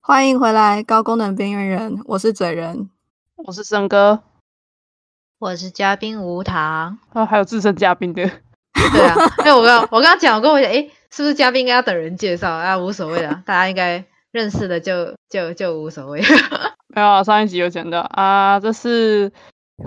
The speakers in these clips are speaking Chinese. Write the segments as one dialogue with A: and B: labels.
A: 欢迎回来，高功能边缘人，我是嘴人。
B: 我是森哥，
C: 我是嘉宾无糖。
B: 啊，还有自称嘉宾的，
C: 对啊，哎、我刚我刚刚讲，我跟我讲，哎、是不是嘉宾应该要等人介绍啊？无所谓的，大家应该认识的就就就无所谓。
B: 没有啊，上一集有讲到啊，这是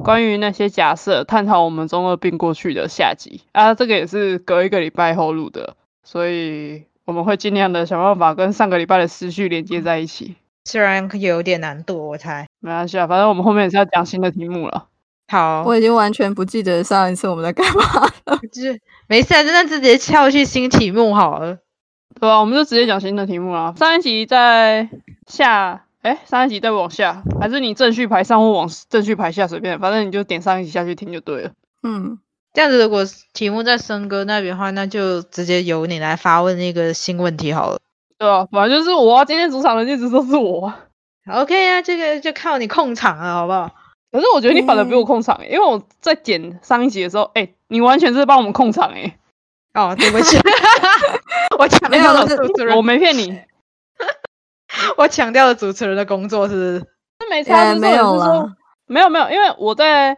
B: 关于那些假设，探讨我们中二病过去的下集啊，这个也是隔一个礼拜后录的，所以我们会尽量的想办法跟上个礼拜的思绪连接在一起。
D: 虽然有点难度，我猜。
B: 没关系啊，反正我们后面也是要讲新的题目了。
D: 好，
A: 我已经完全不记得上一次我们在干嘛 了。
D: 就是没事啊，那直接跳去新题目好了。
B: 对啊，我们就直接讲新的题目啦。上一集在下，哎，上一集再往下，还是你正序排上或往正序排下随便，反正你就点上一集下去听就对了。
A: 嗯，
D: 这样子，如果题目在森哥那边的话，那就直接由你来发问那个新问题好了。
B: 对啊，反正就是我啊，今天主场人一直都是我啊。
D: OK 啊，这个就靠你控场了，好不好？
B: 可是我觉得你反而比
D: 嗯
B: 我控场、欸，因为我在剪上一集的时候，哎、你完全是帮我们控场、欸，
D: 哦，对不 起，我强
A: 没有
D: 调了
A: 这
D: 主持
B: 我
D: 人，
B: 没骗 你，
D: 我强调了主持人的工作是不是
B: 那没差，
A: 呃
B: 就是
A: 没有
B: 我是说
A: 啦，
B: 没有没有，因为我在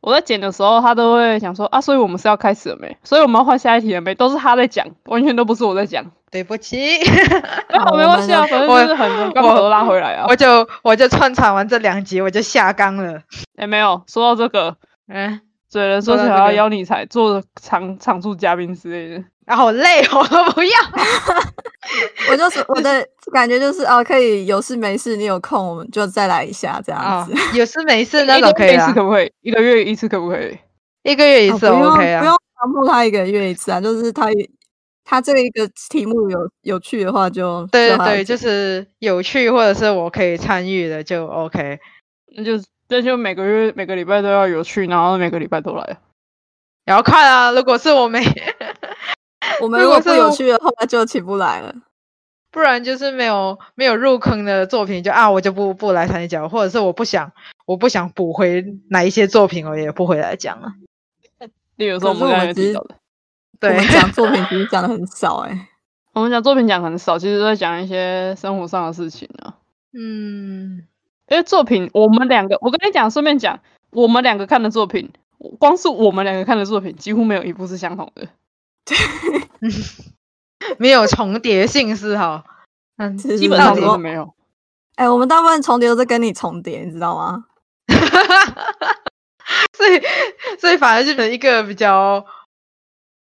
B: 我在剪的时候，他都会想说啊，所以我们是要开始了没？所以我们要换下一题了没？都是他在讲，完全都不是我在讲，
D: 对不起，
B: 没有
A: 我
B: 没关系啊，
A: 们
B: 反正就是很很刚好都拉回来啊。
D: 我就我就串场完这两集，我就下纲了。
B: 哎、没有，说到这个，
D: 嗯，
B: 嘴人说
D: 说到
B: 想
D: 这
B: 要
D: 个
B: 邀你才做常常驻嘉宾之类的，
D: 啊，好累哦， 我不要。
A: 我就是我的感觉就是啊，可以有事没事，你有空我们就再来一下这样
D: 啊
A: 子。，
D: 有事没事
B: 一
D: 那
B: 个
D: 种可以
B: 月一次
D: 啦
B: 可，不可以？一个月一次可不可以？
D: 一个月一
A: 哦
D: 次
A: 不用
D: OK
A: 不用
D: 啊。
A: 强迫他一个月一次啊，就是他他这一个题目有有趣的话就
D: 对
A: 就
D: 对
A: 他来
D: 对，就是有趣或者是我可以参与的就 OK。
B: 那就那就每个月每个礼拜都要有去，然后每个礼拜都来。
D: 然后看啊，如果是我没，
A: 我们
D: 如
A: 如果
D: 果
A: 不
D: 是
A: 有
D: 我
A: 趣的话就起不来 了。
D: 不然就是没有没有入坑的作品，就啊我就不不来参与讲，或者是我不想我不想补回哪一些作品，我也不回来讲了。
B: 例如说，我
A: 可是
B: 们刚
A: 我
B: 才有
A: 只
B: 提
A: 是
B: 到的，
A: 我
D: 对
A: 们，讲作品其实讲的很少哎、
B: 我们讲作品讲很少，其实都在讲一些生活上的事情啊。
D: 嗯，
B: 因为作品，我们两个，我跟你讲，顺便讲，我们两个看的作品，光是我们两个看的作品，几乎没有一部是相同的。
D: 没有重叠性是哈，嗯，
A: 其实
B: 基本
A: 到
B: 上
A: 底
B: 真的没有。
A: 哎、我们大部分重叠都在跟你重叠，你知道吗？
D: 所以所以反而就是一个比较，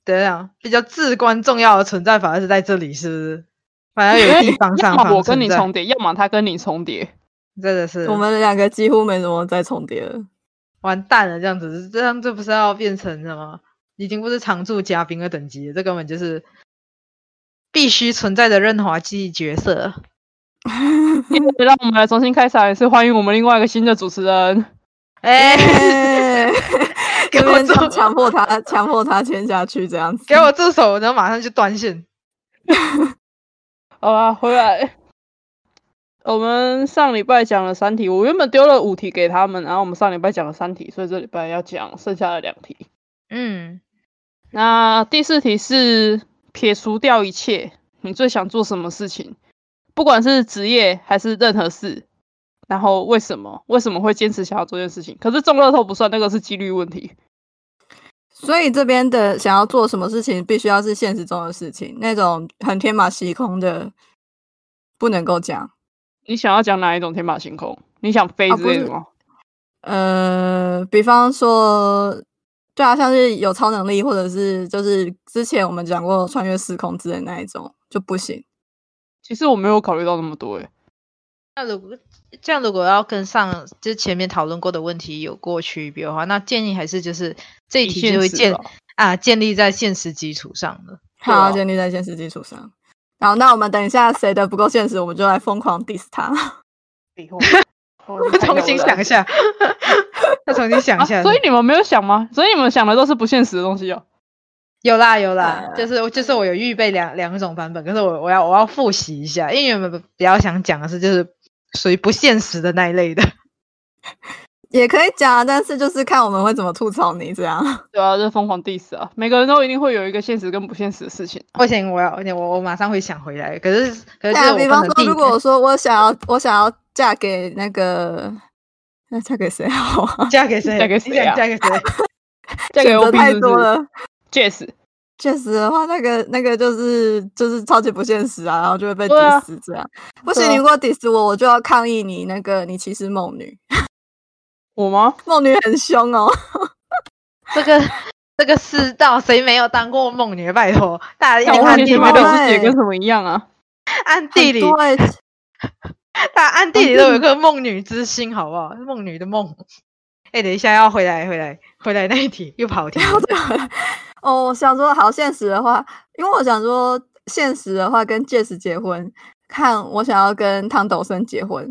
D: 怎样比较至关重要的存在，反而是在这里，是不是？反而有地方上
B: 要
D: 方
B: 么我跟你
D: 存在
B: 重叠，要么他跟你重叠。
D: 真的是
A: 我们两个几乎没怎么在重叠了。
D: 完蛋了，这样子，这样这不是要变成什么？已经不是常驻嘉宾的等级了，这根本就是必须存在的润滑剂角色。
B: 让我们来重新开场一次，欢迎我们另外一个新的主持人。
D: 哎、
A: 哎
D: 给
A: 这
D: 我
A: 边
D: 住
A: 就强迫他，强迫他签下去这样子。
D: 给我住手，然后马上就断线。
B: 好啦，回来。我们上礼拜讲了三题，我原本丢了五题给他们，然后我们上礼拜讲了三题，所以这礼拜要讲剩下的两题。
D: 嗯，
B: 那第四题是撇除掉一切，你最想做什么事情？不管是职业还是任何事，然后为什么？为什么会坚持想要做这件事情？可是中乐透不算，那个是几率问题。
A: 所以这边的想要做什么事情，必须要是现实中的事情，那种很天马行空的不能够讲。
B: 你想要讲哪一种天马行空？你想飞
A: 啊
B: 之
A: 不
B: 类的
A: 是
B: 吗？
A: 呃，比方说，对啊，像是有超能力，或者是就是之前我们讲过穿越时空之类的那一种就不行。
B: 其实我没有考虑到那么多、欸，
D: 那如果这样，如果要跟上就前面讨论过的问题有过区别的话，那建议还是就是这一
B: 以
D: 题
B: 现
D: 就会
B: 实
D: 建
B: 吧
D: 啊建立在现实基础上 的。
B: 对
A: 它
B: 啊
A: 要建立在现实基础上。好，那我们等一下谁的不够现实，我们就来疯狂 diss 他。
B: 我
D: 重新想一下， 再重新想一下、
B: 啊。所以你们没有想吗？所以你们想的都是不现实的东西哦。
D: 有啦有啦，
B: 啊
D: 就是就是我有预备两两种版本，可是我我要我要复习一下，因为我们比较想讲的是就是属于不现实的那一类的。
A: 也可以讲啊，但是就是看我们会怎么吐槽你这样。
B: 对啊，就是疯狂 diss 啊！每个人都一定会有一个现实跟不现实的事情。啊
D: 不行， 我要我我马上会想回来。可是可
A: 对
D: 是
A: 啊，
D: 这个我
A: 比
D: 不
A: 方
D: 能
A: 说，
D: 避
A: 如果
D: 免
A: 我说我想要我想要嫁给那个，那嫁给谁好啊？
D: 嫁给谁，
B: 嫁给
D: 你
B: 谁
D: 想
B: 啊
D: 嫁给谁？
B: 嫁给
A: 选择
B: OB
A: 太
B: 是不
A: 多
B: 是
A: 了。
B: ，Jess，
A: 确实的话，那个那个就是就是超级不现实啊，然后就会被
B: 对啊
A: diss 这样。不行，你如果 diss 我，我就要抗议你那个你歧视梦女，
B: 我吗？
A: 梦女很凶哦。
D: 这个这个世道谁没有当过梦女？拜托，大家一
B: 像
D: 定
B: 我
A: 看
D: 按
B: 以前
D: 地
A: 你
D: 理
A: 们
B: 买
A: 对
B: 保
D: 都
B: 时捷跟什么一样啊？
D: 按地理，
A: 对，
D: 大家按地理都有一个梦女之心，好不好？梦女的梦。哎，等一下要回来，回来，回来那一题又跑题了。
A: 哦，我想说，好现实的话，因为我想说，现实的话跟 Jess 结婚，看我想要跟汤斗森结婚，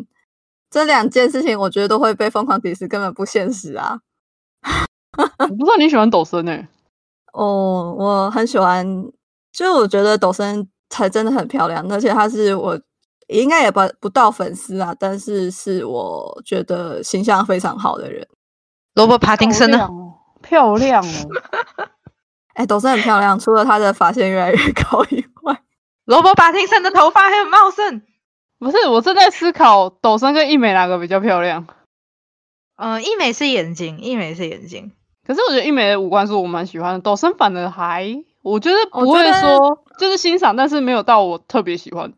A: 这两件事情，我觉得都会被疯狂 diss，根本不现实啊。
B: 我不知道你喜欢抖森欸诶、
A: 哦，我很喜欢，就是我觉得斗森才真的很漂亮，而且她是我应该也不不到粉丝啊，但是是我觉得形象非常好的人。
D: 罗伯·帕丁森啊
B: 漂
D: 呢？
B: 亮哦，漂亮哦！
A: 哎，斗森很漂亮，除了她的发线越 来越高以外，
D: 罗伯·帕丁森的头发很茂盛。
B: 不是，我正在思考抖森跟一美哪个比较漂亮。
D: 嗯，一美是眼睛，一美是眼睛。
B: 可是我觉得一美的五官是我蛮喜欢的，抖森反而还，我觉得
A: 我
B: 不
A: 觉
B: 会
A: 得
B: 说就是欣赏，但是没有到我特别喜欢。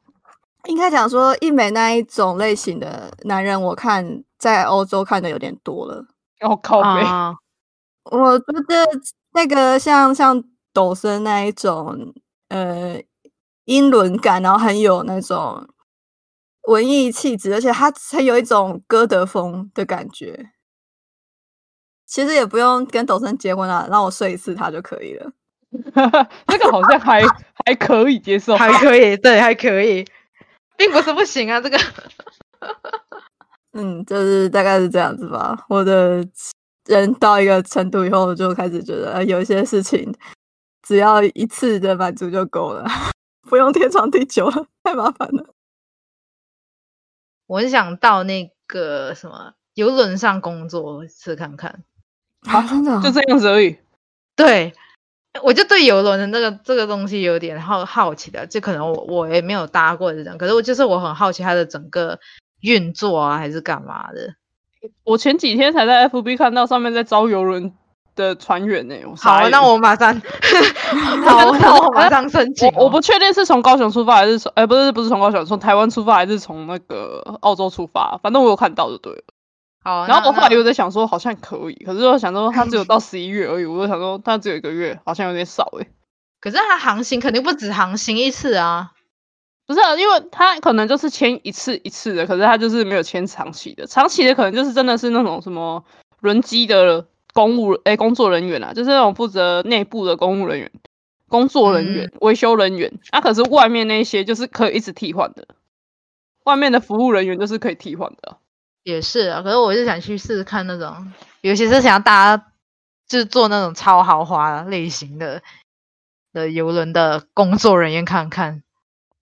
A: 应该讲说一美那一种类型的男人，我看在欧洲看的有点多了。
B: 然后哦靠背，
D: 啊，
A: 我觉得那个像像抖森那一种，呃，英伦感，然后很有那种文艺气质，而且他很有一种歌德风的感觉。其实也不用跟抖森结婚啊，让我睡一次他就可以了。
B: 这个好像还 还可以接受。
D: 还可以，对，还可以，并不是不行啊。这个
A: 嗯，就是大概是这样子吧。我的人到一个程度以后，就开始觉得、呃有一些事情只要一次的满足就够了， 不用天长地久了，太麻烦了。
D: 我很想到那个什么游轮上工作试看看。
A: 啊，真的、
B: 就这样子而已。
D: 对，我就对游轮的那个这个东西有点好好奇的，就可能我我也没有搭过这种，可是我就是我很好奇它的整个运作啊，还是干嘛的。
B: 我前几天才在 FB 看到上面在招游轮的船员呢、我傻
D: 好，啊
B: 眼
D: 那我马 上，好，啊那我马上申请哦、
B: 啊我我不确定是从高雄出发还是从哎、不是不是从高雄，从台湾出发还是从那个澳洲出发，反正我有看到就对了。
D: 好，啊
B: 然后我后
D: 嗯哦那
B: 来又在想说好像可以，可是我想说它只有到十一月而已，我就想说它只有一个月，好像有点少哎、
D: 可是它航行肯定不止航行一次啊。
B: 不是、啊，因为它可能就是签一次一次的，可是它就是没有签长期的，长期的可能就是真的是那种什么轮机的公务哎、工作人员啊，就是那种负责内部的公务人员、工作人员、维、修人员。啊，可是外面那些就是可以一直替换的，外面的服务人员就是可以替换的啊。
D: 也是啊，可是我就想去试试看那种，尤其是想要搭，就是做那种超豪华类型的的游轮的工作人员看看。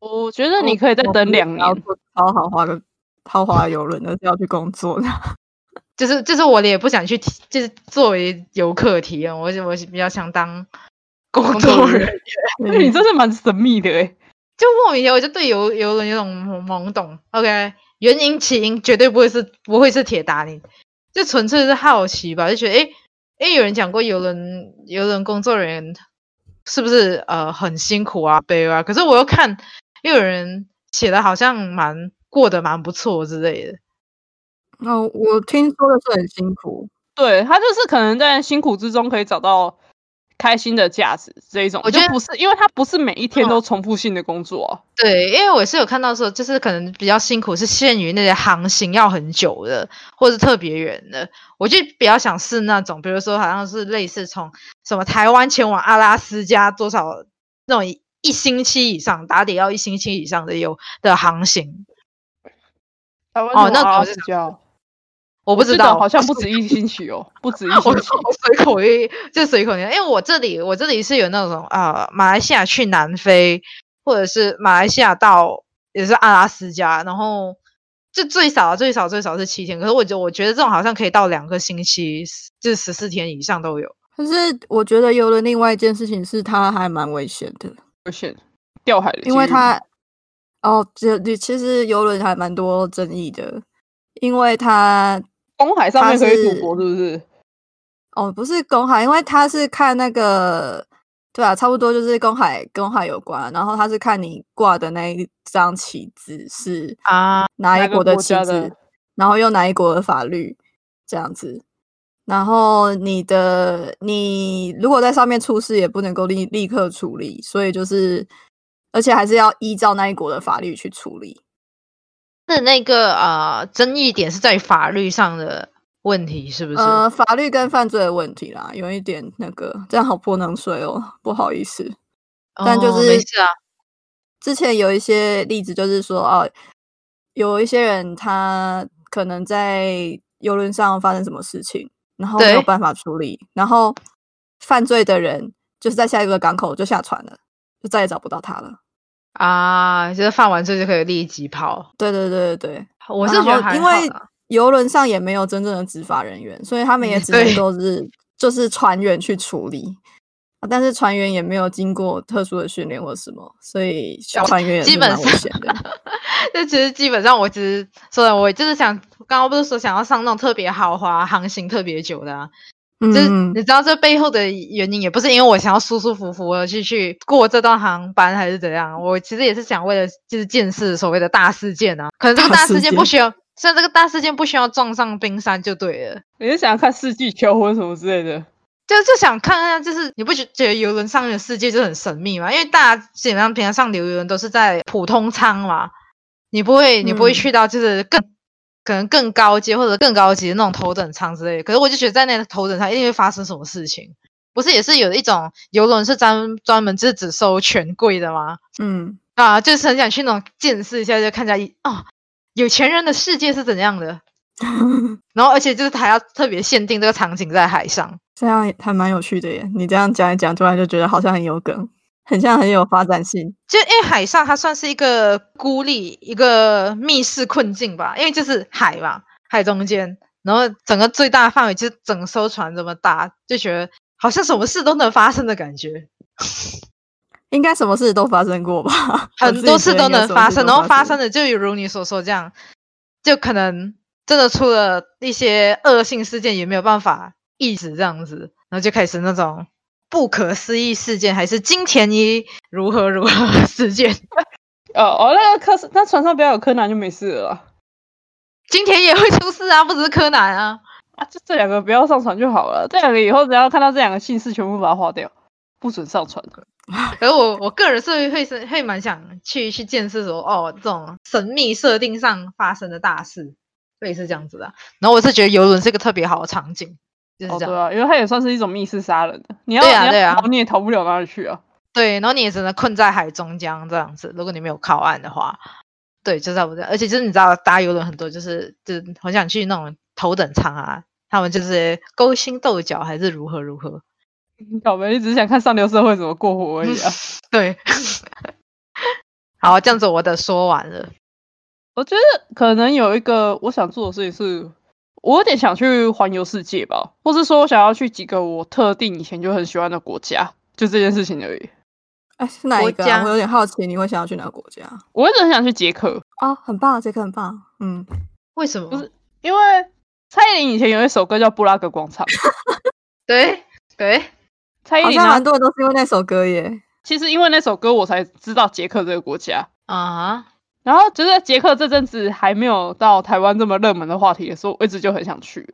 B: 我觉得你可以再
A: 我
B: 等
A: 不是
B: 两
A: 要
B: 年，
A: 坐超豪华的豪华游轮，而是要去工 作的。
D: 就是就是我也不想去体，就是作为游客体验，我我比较想当工
B: 作
D: 作
B: 人
D: 人员，
B: 因 为你真的蛮神秘的哎、
D: 就莫名其妙我就对游游轮有种懵懂。OK，原因起因绝对不会是不会是铁达尼，就纯粹是好奇吧，就觉得诶，因为有人讲过游轮游轮工作人员是不是呃很辛苦啊悲啊，可是我又看又有人写的好像蛮过得蛮不错之类的。
A: 那、哦我听说的是很辛苦，
B: 对他就是可能在辛苦之中可以找到开心的价值这一种，
D: 我觉
B: 就
D: 得嗯
B: 不是因为他不是每一天都重复性的工作啊，
D: 对，因为我是有看到说，就是可能比较辛苦，是限于那些航行要很久的，或是特别远的。我就比较想试那种，比如说好像是类似从什么台湾前往阿拉斯加多少那种一一星期以上，打底要一星期以上的有的航行。
B: 台湾
D: 哦
B: 有阿
D: 那种
B: 拉
D: 是
B: 斯加
D: 我不
B: 不
D: 知道，
B: 哦好像不止一星期哦，不止一
D: 我
B: 星期。
D: 我随口一 就随口一，因为我这里我这里是有那种啊、呃马来西亚去南非，或者是马来西亚到也是阿拉斯加，然后就最少啊最少最少是七天，可是我觉得我觉得这种好像可以到两个星期，就是十四天以上都有。
A: 可是我觉得游轮另外一件事情是，它还蛮危险的，
B: 危险掉海的几率，
A: 因为它哦，这其实游轮还蛮多争议的，因为它
B: 公海上
A: 它
B: 面可以
A: 是
B: 赌博，是不是？
A: 哦不是公海，因为它是看那个对啊，差不多就是公海公海有关，然后它是看你挂的那一张旗帜是
D: 啊
A: 哪
B: 哪
A: 一
B: 个
A: 国的
B: 国
A: 旗
B: 家的
A: 帜，然后又哪一国的法律这样子。然后你的你如果在上面出事，也不能够立立刻处理，所以就是，而且还是要依照那一国的法律去处理。
D: 那那个啊、呃争议点是在于法律上的问题，是不是？
A: 呃，法律跟犯罪的问题啦，有一点那个，这样好泼冷水哦，不好意思。但就
D: 哦
A: 是
D: 没事啊，
A: 之前有一些例子，就是说啊，有一些人他可能在游轮上发生什么事情，然后没有
D: 对
A: 办法处理，然后犯罪的人就是在下一个港口就下船了，就再也找不到他了。
D: 啊，就是犯完罪就可以立即跑。
A: 对对对对对，
D: 我是
A: 然
D: 觉
A: 后
D: 得还
A: 因
D: 好
A: 为
D: 啦
A: 游轮上也没有真正的执法人员，所以他们也
D: 嗯
A: 只能
D: 对
A: 够是就是船员去处理。啊但是船员也没有经过特殊的训练或什么，所以船员也
D: 基
A: 是
D: 本
A: 蛮危
D: 上
A: 险的。
D: 就其实基本上我只是说了，我就是想，刚刚不是说想要上那种特别豪华、航行特别久的、啊，就是
A: 嗯
D: 你，知道这背后的原因，也不是因为我想要舒舒服服的去去过这段航班还是怎样，我其实也是想为了就是见识所谓的大事件啊，可能这个
A: 大
D: 大
A: 事
D: 事件不
A: 件
D: 需要，虽然这个大事件不需要撞上冰山就对了。
B: 你是想看世纪求婚什么之类的？
D: 就就想看看，就是你不觉觉得游轮上面的世界就很神秘吗？因为大家基本上平常上游轮都是在普通舱嘛，你不会你不会
A: 嗯
D: 去到就是更、可能更高阶或者更高级的那种头等舱之类的。可是我就觉得在那个头等舱一定会发生什么事情，不是也是有一种游轮是专专门就是只收权贵的吗？
A: 嗯，
D: 啊，就是很想去那种见识一下，就看一下一哦，有钱人的世界是怎样的。然后而且就是还要特别限定这个场景在海上。
A: 这样也还蛮有趣的耶。你这样讲一讲，突然就觉得好像很有梗，很像很有发展性。
D: 就因为海上它算是一个孤立、一个密室困境吧，因为就是海嘛，海中间，然后整个最大的范围就是整艘船这么大，就觉得好像什么事都能发生的感觉，
A: 应该什么事都发生过吧？ 我哦自
D: 很
A: 己
D: 多
A: 觉
D: 事
A: 得
D: 都
A: 应该
D: 能
A: 什么
D: 发
A: 事
D: 生，
A: 都
D: 然后发生
A: 过
D: 的就如你所说这样，就可能真的出了一些恶性事件，也没有办法抑制这样子，然后就开始那种不可思议事件，还是金田一如何如何的事件。
B: 呃，哦，那个柯，那船上不要有柯南就没事了啦
D: 金田也会出事啊，不只是柯南啊。
B: 啊，就这两个不要上船就好了。这两个以后只要看到这两个姓氏，全部把它划掉，不准上船。
D: 可是我我个人是会是会蛮想去去见识说哦这种神秘设定上发生的大事，类似这样子的。然后我是觉得游轮是一个特别好的场景，就是
B: 哦，
D: 这
B: 对
D: 样。
B: 啊，因为它也算是一种密室杀人的，你要
D: 对啊
B: 你
D: 对
B: 要
D: 啊
B: 逃你也逃不了哪里去啊。
D: 对，然后你也只能困在海中央这样子，如果你没有靠岸的话，对，就差不多。而且就是你知道搭游轮很多，就是就是很想去那种头等舱啊，他们就是勾心斗角还是如何如何。
B: 倒霉，你只是想看上流社会怎么过活而已 啊。
D: 对，好，这样子我的说完了。
B: 我觉得可能有一个我想做的事情是，我有点想去环游世界吧，或是说我想要去几个我特定以前就很喜欢的国家，就这件事情而已。
A: 哎，是哪
D: 国
A: 一个、啊？
D: 家
A: 我有点好奇，你会想要去哪个国家？
B: 我一直很想去捷克，
A: 哦，很棒，这个很棒。嗯，
D: 为什么？
B: 是因为蔡依林以前有一首歌叫《布拉格广场》，
D: 对 对，
B: 蔡依
A: 好
B: 林
A: 像
B: 她
A: 蛮多人都是因为那首歌耶。
B: 其实因为那首歌我才知道捷克这个国家。
D: 啊、
B: 然后就是捷克这阵子还没有到台湾这么热门的话题的时候，我一直就很想去。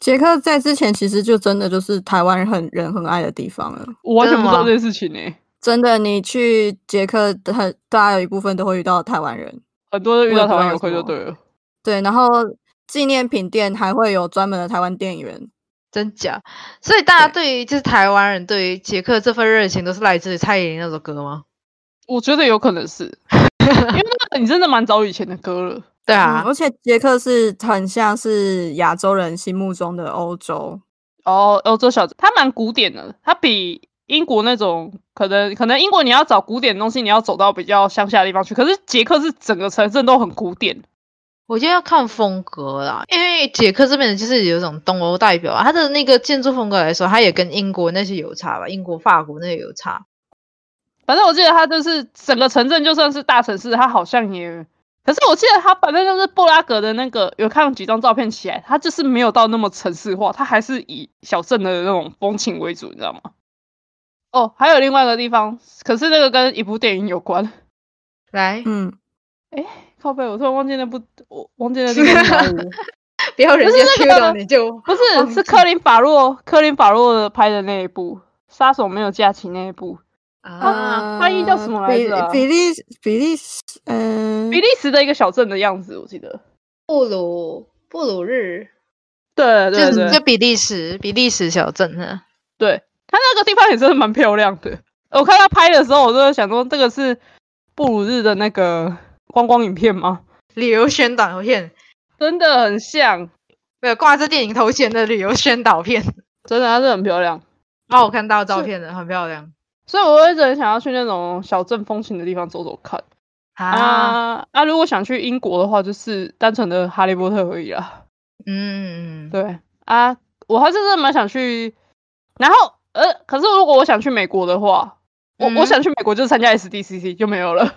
A: 杰克在之前其实就真的就是台湾人很人很爱的地方了。
B: 我完全
D: 真
B: 不
D: 的
B: 知道
D: 吗
B: 这件事情呢、欸
A: 真的，你去捷克，很大家有一部分都会遇到台湾人。
B: 很多人遇
A: 我也
B: 到
A: 不
B: 台
A: 知
B: 湾
A: 道
B: 游客
A: 为什
B: 就
A: 么
B: 对了。
A: 对，然后纪念品店还会有专门的台湾店员。
D: 真假？所以大家对于就是台湾人对于捷克这份热情，都是来自于蔡依林那首歌吗？
B: 我觉得有可能是，因为那个你真的蛮早以前的歌了。
D: 对
A: 嗯，
D: 啊，
A: 而且捷克是很像是亚洲人心目中的欧洲。
B: 哦，欧洲小子，它蛮古典的，它比英国那种可能可能英国你要找古典的东西，你要走到比较乡下的地方去，可是捷克是整个城镇都很古典。
D: 我觉得要看风格啦，因为捷克这边的就是有一种东欧代表啊，它的那个建筑风格来说，它也跟英国那些有差吧，英国、法国那些有差。
B: 反正我记得它就是整个城镇，就算是大城市，它好像也。可是我记得它反正就是布拉格的那个，有看几张照片起来，它就是没有到那么城市化，它还是以小镇的那种风情为主，你知道吗？哦，还有另外一个地方，可是那个跟一部电影有关。
D: 来，
A: 嗯，
B: 靠背，我突然忘记那部，我忘记那地方是哪里了
D: 不要人
B: 不
D: 家
B: 是那
D: Q
B: 个
D: 到你就
B: 不
D: 忘
B: 是，
D: 记
B: 是科林法洛，科林法洛的拍的那一部《杀手没有假期》那一部，啊翻译叫什么来着啊
A: 呃比比利时比利时，嗯、
B: 比利时的一个小镇的样子，我记得。
D: 布鲁布鲁日，
B: 对对
D: 就
B: 对
D: 就比利时比利时小镇啊呢。
B: 对，它那个地方也真的蛮漂亮的。我看他拍的时候，我就想说，这个是布鲁日的那个观光影片吗？
D: 旅游宣导片，
B: 真的很像，
D: 没有挂着电影头衔的旅游宣导片。
B: 真的，它是很漂亮。
D: 哦，我看到照片了，很漂亮
B: 所以我一直很想要去那种小镇风情的地方走走看
D: 啊。
B: 啊啊！如果想去英国的话，就是单纯的哈利波特而已啦。
D: 嗯，
B: 对啊，我还是真的蛮想去。然后呃，可是如果我想去美国的话，我、
D: 嗯
B: 我
D: 哼
B: 想去美国就是参加 SDCC 就没有了，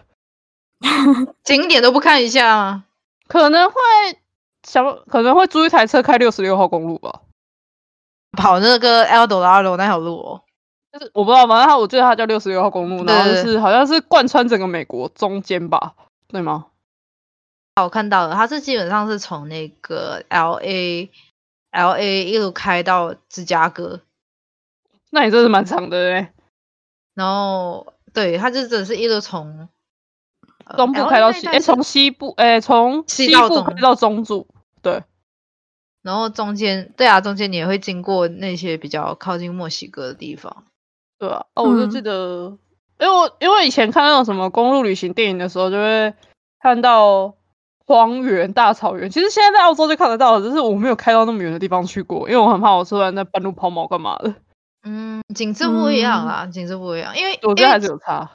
D: 景点都不看一下吗？
B: 可能会想可能会租一台车开六十六号公路吧，
D: 跑那个 El Dorado 那条路哦。
B: 就是我不知道，反正它我记得它叫六十六号公路，然后就
D: 对对对
B: 是好像是贯穿整个美国中间吧，对吗？
D: 好我看到了，它是基本上是从那个 L A L A 一路开到芝加哥，
B: 那也真是蛮长的嘞，
D: 然后对，它就只是一路从、呃
B: 东部
D: LA
B: 开到
D: 那一
B: 西，
D: 带
B: 哎，
D: 是
B: 从西部，哎，从
D: 西
B: 西
D: 到
B: 部
D: 东
B: 开到中部，
D: 然后中间对啊，中间你也会经过那些比较靠近墨西哥的地方。
B: 对啊，哦，我就
A: 嗯
B: 记得，因为我因为以前看那种什么公路旅行电影的时候，就会看到荒原、大草原。其实现在在澳洲就看得到了，只是我没有开到那么远的地方去过，因为我很怕我突然在半路抛锚干嘛的。
D: 嗯，景致不一样啦，景致不一样，因为
B: 嗯我觉得
D: 因为
B: 还是有差。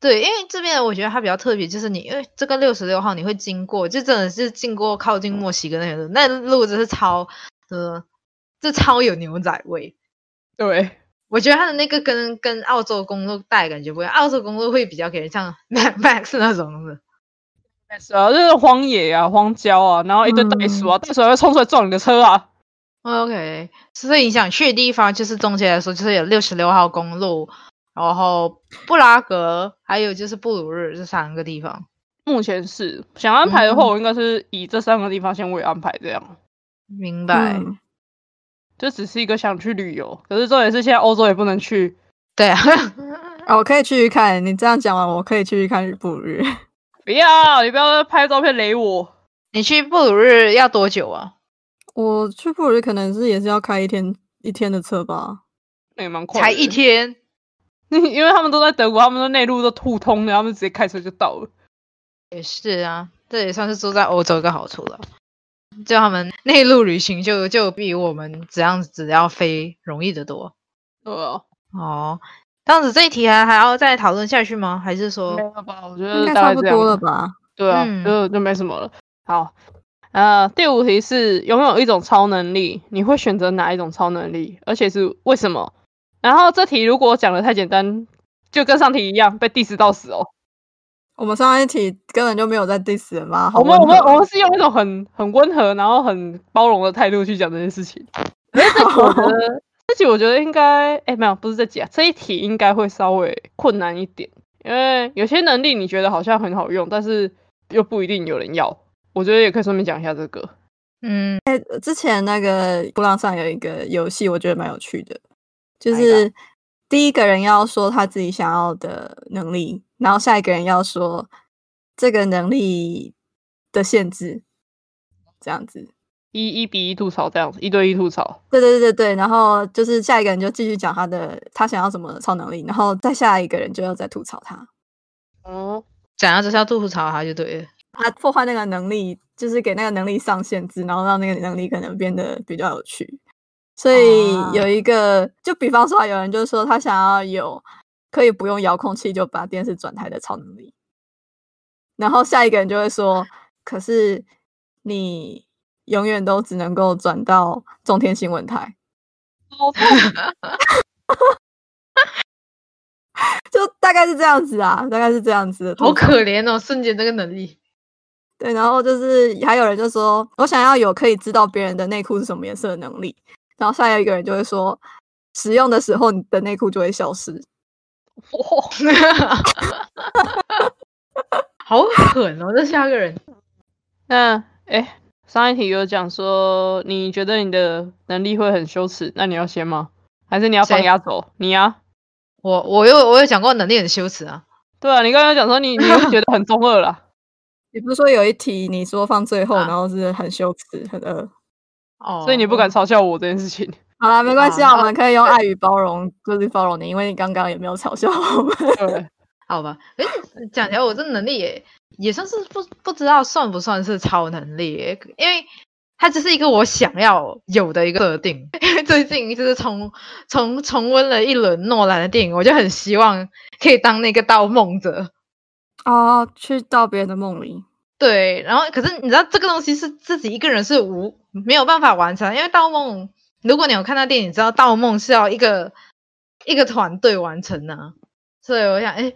D: 对，因为这边我觉得它比较特别，就是你因为这个六十六号你会经过，就真的是经过靠近墨西哥那条路，那路真是超，呃，这超有牛仔味。
B: 对，
D: 我觉得它的那个跟跟澳洲公路带感觉不一样，澳洲公路会比较给人像 Mad Max 那种的。
B: 是啊，就是荒野啊、荒郊啊，然后一堆袋鼠
A: 嗯
B: 啊，袋鼠还会冲出来撞你的车啊。
D: 哦 OK，所以你想去的地方，就是总结来说，就是有六十六号公路，然后布拉格，还有就是布鲁日这三个地方。
B: 目前是想安排的
A: 嗯
B: 话，我应该是以这三个地方先为安排，这样
D: 明白？
A: 嗯
B: 这只是一个想去旅游。可是重点是现在欧洲也不能去，
D: 对啊，
A: 啊我可以去看。你这样讲完，我可以去看日不日。
B: 不要你不要拍照片雷我。
D: 你去布鲁日要多久啊？
A: 我去布日可能是也是要开一天一天的车吧。
B: 那也蛮快，
D: 才一。天。
B: 因为他们都在德国，他们的内陆都互通的，他们直接开车就到了。
D: 也是啊，这也算是住在欧洲一个好处了。就他们内陆旅行就就比我们这样子要飞容易得多
B: 对啊，
D: 哦。这样子这一题还还要再讨论下去吗？还是说
B: 没有吧？我觉
A: 应
B: 得
A: 该
B: 呃大
A: 差
B: 概
A: 不
B: 这样
A: 多了。吧？
B: 对啊，
D: 嗯
B: 就就没什么了。好，呃，第五题是拥有一种超能力，你会选择哪一种超能力，而且是为什么？然后这题如果讲的太简单，就跟上题一样被 diss 到死哦。
A: 我们上一题根本就没有在 diss 人吧？好
B: 我们我
A: 温
B: 们
A: 和哦
B: 我们是用一种很很温和，然后很包容的态度去讲这件事情。我觉 得这题我觉得应该，哎、没有，不是这题啊，这一题应该会稍微困难一点，因为有些能力你觉得好像很好用，但是又不一定有人要。我觉得也可以顺便讲一下这个，
D: 嗯
A: 之前那个波浪上有一个游戏，我觉得蛮有趣的，就
B: 哪一个
A: 是第一个人要说他自己想要的能力，然后下一个人要说这个能力的限制，这样子。
B: 一一比一吐槽这样子，一对一吐槽。
A: 对对对对对，然后就是下一个人就继续讲他的他想要什么超能力，然后再下一个人就要再吐槽他。
B: 哦，
D: 想要就是要吐槽他 就对了。
A: 他破坏那个能力，就是给那个能力上限制，然后让那个能力可能变得比较有趣。所以
D: 啊
A: 有一个，就比方说啊，有人就说他想要有可以不用遥控器就把电视转台的超能力，然后下一个人就会说，可是你永远都只能够转到中天新闻台，
B: 好痛
A: 就大概是这样子啊，大概是这样子的通
D: 好
A: 常。
D: 可怜哦，瞬间这个能力，
A: 对，然后就是还有人就说，我想要有可以知道别人的内裤是什么颜色的能力。然后下一个人就会说，使用的时候你的内裤就会消失。
B: 哦！
D: 好狠哦！这下一个人，
B: 那哎，上一题有讲说，你觉得你的能力会很羞耻，那你要先吗？还是你要放
D: 谁
B: 压轴？你啊，
D: 我我有我有讲过能力很羞耻啊，
B: 对啊，你刚刚讲说你你会觉得很中二 啦。
A: 你不是说有一题你说放最后，
D: 啊
A: 然后是很羞耻、很恶？
D: 哦，
B: 所以你不敢嘲笑我这件事情。
A: 好啦，没关系啊，
D: 好
A: 我们可以用爱与包容就是包容你，因为你刚刚也没有嘲笑我们。
B: 对，
D: 好吧？哎，讲起来我这能力也也算是不不知道算不算是超能力耶，因为它只是一个我想要有的一个设定。 因为最近就是重重重温了一轮诺兰的电影，我就很希望可以当那个盗梦者。
A: 哦，去到别人的梦里，
D: 对，然后可是你知道这个东西是自己一个人是无没有办法完成，因为盗梦，如果你有看到电影，你知道盗梦是要一个一个团队完成的、啊所以我想，哎，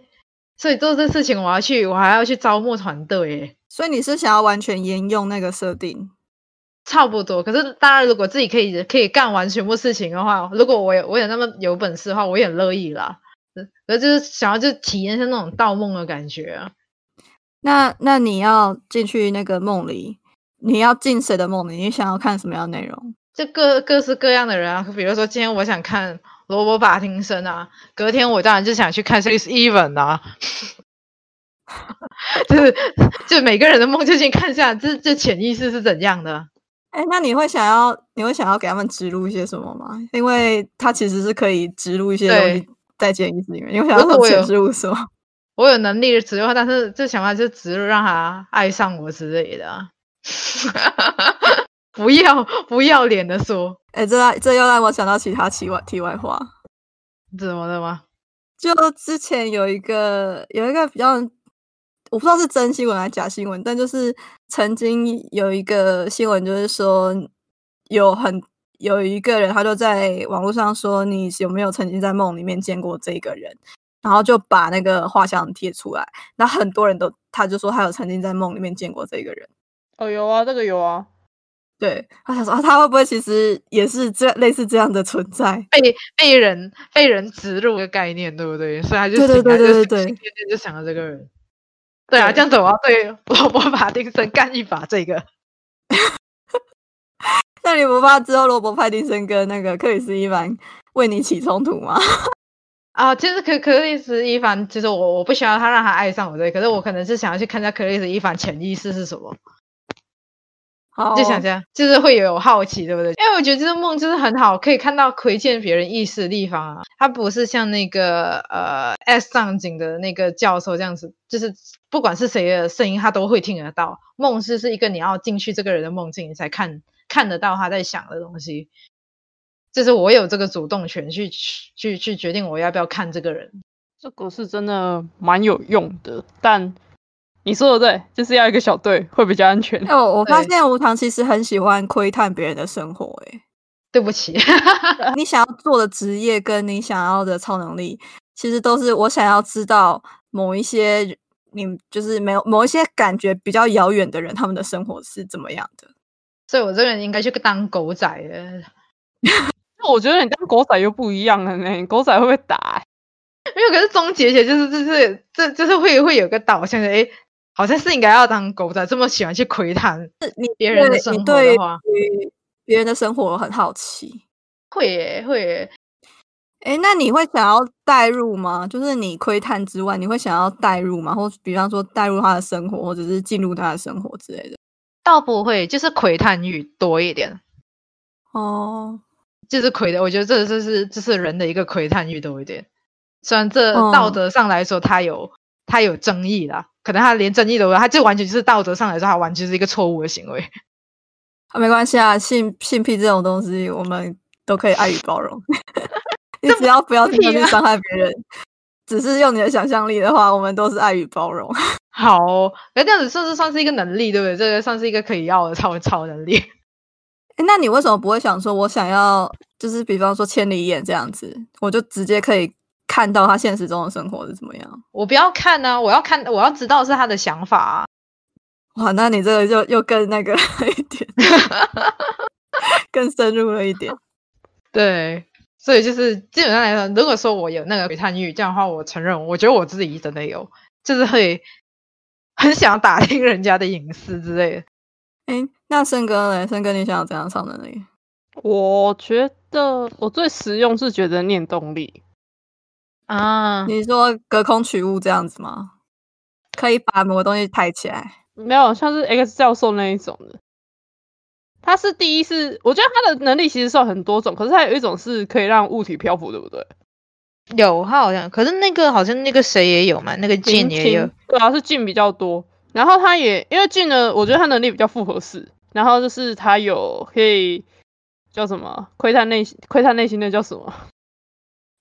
D: 所以做这事情我要去，我还要去招募团队，哎，
A: 所以你是想要完全沿用那个设定？
D: 差不多。可是当然，如果自己可以可以干完全部事情的话，如果我有我有那么有本事的话，我也乐意啦。可是就是想要就体验一下那种盗梦的感觉啊。
A: 那那你要进去那个梦里，你要进谁的梦里？你想要看什么样的内容？
D: 就各各式各样的人啊，比如说今天我想看罗伯·法汀森啊，隔天我当然就想去看 Chris Even 啊， 就是就每个人的梦就先看一下，这这潜意识是怎样的？
A: 哎，那你会想要，你会想要给他们植入一些什么吗？因为它其实是可以植入一些东
D: 对
A: 西在潜意识里面。你会想
D: 如
A: 要说
D: 果有
A: 潜植入什么？
D: 我有能力植入，但是就想办法就植入让他爱上我之类的啊。 不要不要脸的说，
A: 哎，这让这又让我想到其他题外题外话。
D: 怎么了吗？
A: 就之前有一个有一个比较，我不知道是真新闻还是假新闻，但就是曾经有一个新闻，就是说有很有一个人，他就在网络上说你有没有曾经在梦里面见过这个人，然后就把那个画像贴出来，然后很多人都他就说他有曾经在梦里面见过这个人。
B: 哦，有啊，这个有啊。
A: 对，他想说、啊、他会不会其实也是这类似这样的存在？
D: 被被人被人植入的概念，对不对？所以他就
A: 对对
D: 醒
A: 对
D: 来
A: 对
D: 就
A: 对
D: 心心念念就想到这个人。对啊，
A: 对
D: 这样子我要对罗伯·法丁森干一把这个。
A: 那你不怕之后罗伯·派丁森跟那个克里斯·伊凡为你起冲突吗？
D: 啊，其实可可丽斯伊凡，其实我我不希望他让他爱上我这个，可是我可能是想要去看一下可丽斯伊凡潜意识是什么，
A: 好哦
D: 就想这样，就是会有好奇，对不对？因为我觉得这个梦就是很好，可以看到窥见别人意识的地方啊。他不是像那个呃 S 上井的那个教授这样子，就是不管是谁的声音，他都会听得到。梦是是一个你要进去这个人的梦境，你才看看得到他在想的东西。就是我有这个主动权去去去决定我要不要看这个人。
B: 这个是真的蛮有用的，但你说的对，就是要一个小队会比较安全。
A: 哎、我我发
D: 对
A: 现无糖其实很喜欢窥探别人的生活、
D: 对不起，
A: 哎，你想要做的职业跟你想要的超能力，其实都是我想要知道某一些你就是没有某一些感觉比较遥远的人，他们的生活是怎么样的。
D: 所以我这个人应该去当狗仔了。
B: 那我觉得你当狗仔又不一样了呢，你狗仔会被打、欸。
D: 没有，可是终结起来就是就是这就是会会有个导向的，哎，好像是应该要当狗仔，这么喜欢去窥探
A: 你
D: 别人的
A: 对
D: 生
A: 你
D: 活
A: 对
D: 的话，
A: 于别人的生活很好奇。
D: 会耶会耶，
A: 哎、那你会想要代入吗？就是你窥探之外，你会想要代入吗？或比方说代入他的生活，或者是进入他的生活之类的。
D: 倒不会，就是窥探欲多一点，
A: 哦，
D: 就是窥的，我觉得这这是这是人的一个窥探欲多一点。虽然这
A: 嗯
D: 道德上来说，它有它有争议啦，可能它连争议都没有，它就完全就是道德上来说，它完全是一个错误的行为。
A: 啊，没关系啊，性性癖这种东西，我们都可以爱与包容。 你啊只要不要真的
D: 屁
A: 去
D: 吗
A: 伤害别人，只是用你的想象力的话，我们都是爱与包容。
D: 好、哦，哎，这样子算是算是一个能力，对不对？这个算是一个可以要的超超能力。
A: 诶那你为什么不会想说，我想要就是比方说千里眼这样子，我就直接可以看到他现实中的生活是怎么样？
D: 我不要看呢、我要看，我要知道是他的想法啊。
A: 哇，那你这个就又更那个 一点，更深入了一点。
D: 对，所以就是基本上来说，如果说我有那个窥探欲，这样的话，我承认，我觉得我自己真的有，就是会很想打听人家的隐私之类的。
A: 哎，那胜哥嘞？胜哥，你想要怎样超能力？
B: 我觉得我最实用是觉得念动力，
D: 啊，
A: 你说隔空取物这样子吗？可以把某个东西抬起来，
B: 没有像是 X 教授那一种的。他是第一是，我觉得他的能力其实是有很多种，可是他有一种是可以让物体漂浮，对不对？
D: 有，他好像，可是那个好像那个谁也有嘛，那个
B: 近
D: 剑也有，，
B: 对啊，是近比较多。然后他也因为近呢，我觉得他能力比较复合式，然后就是他有可以叫什么啊窥探内心，窥探内心那叫什么？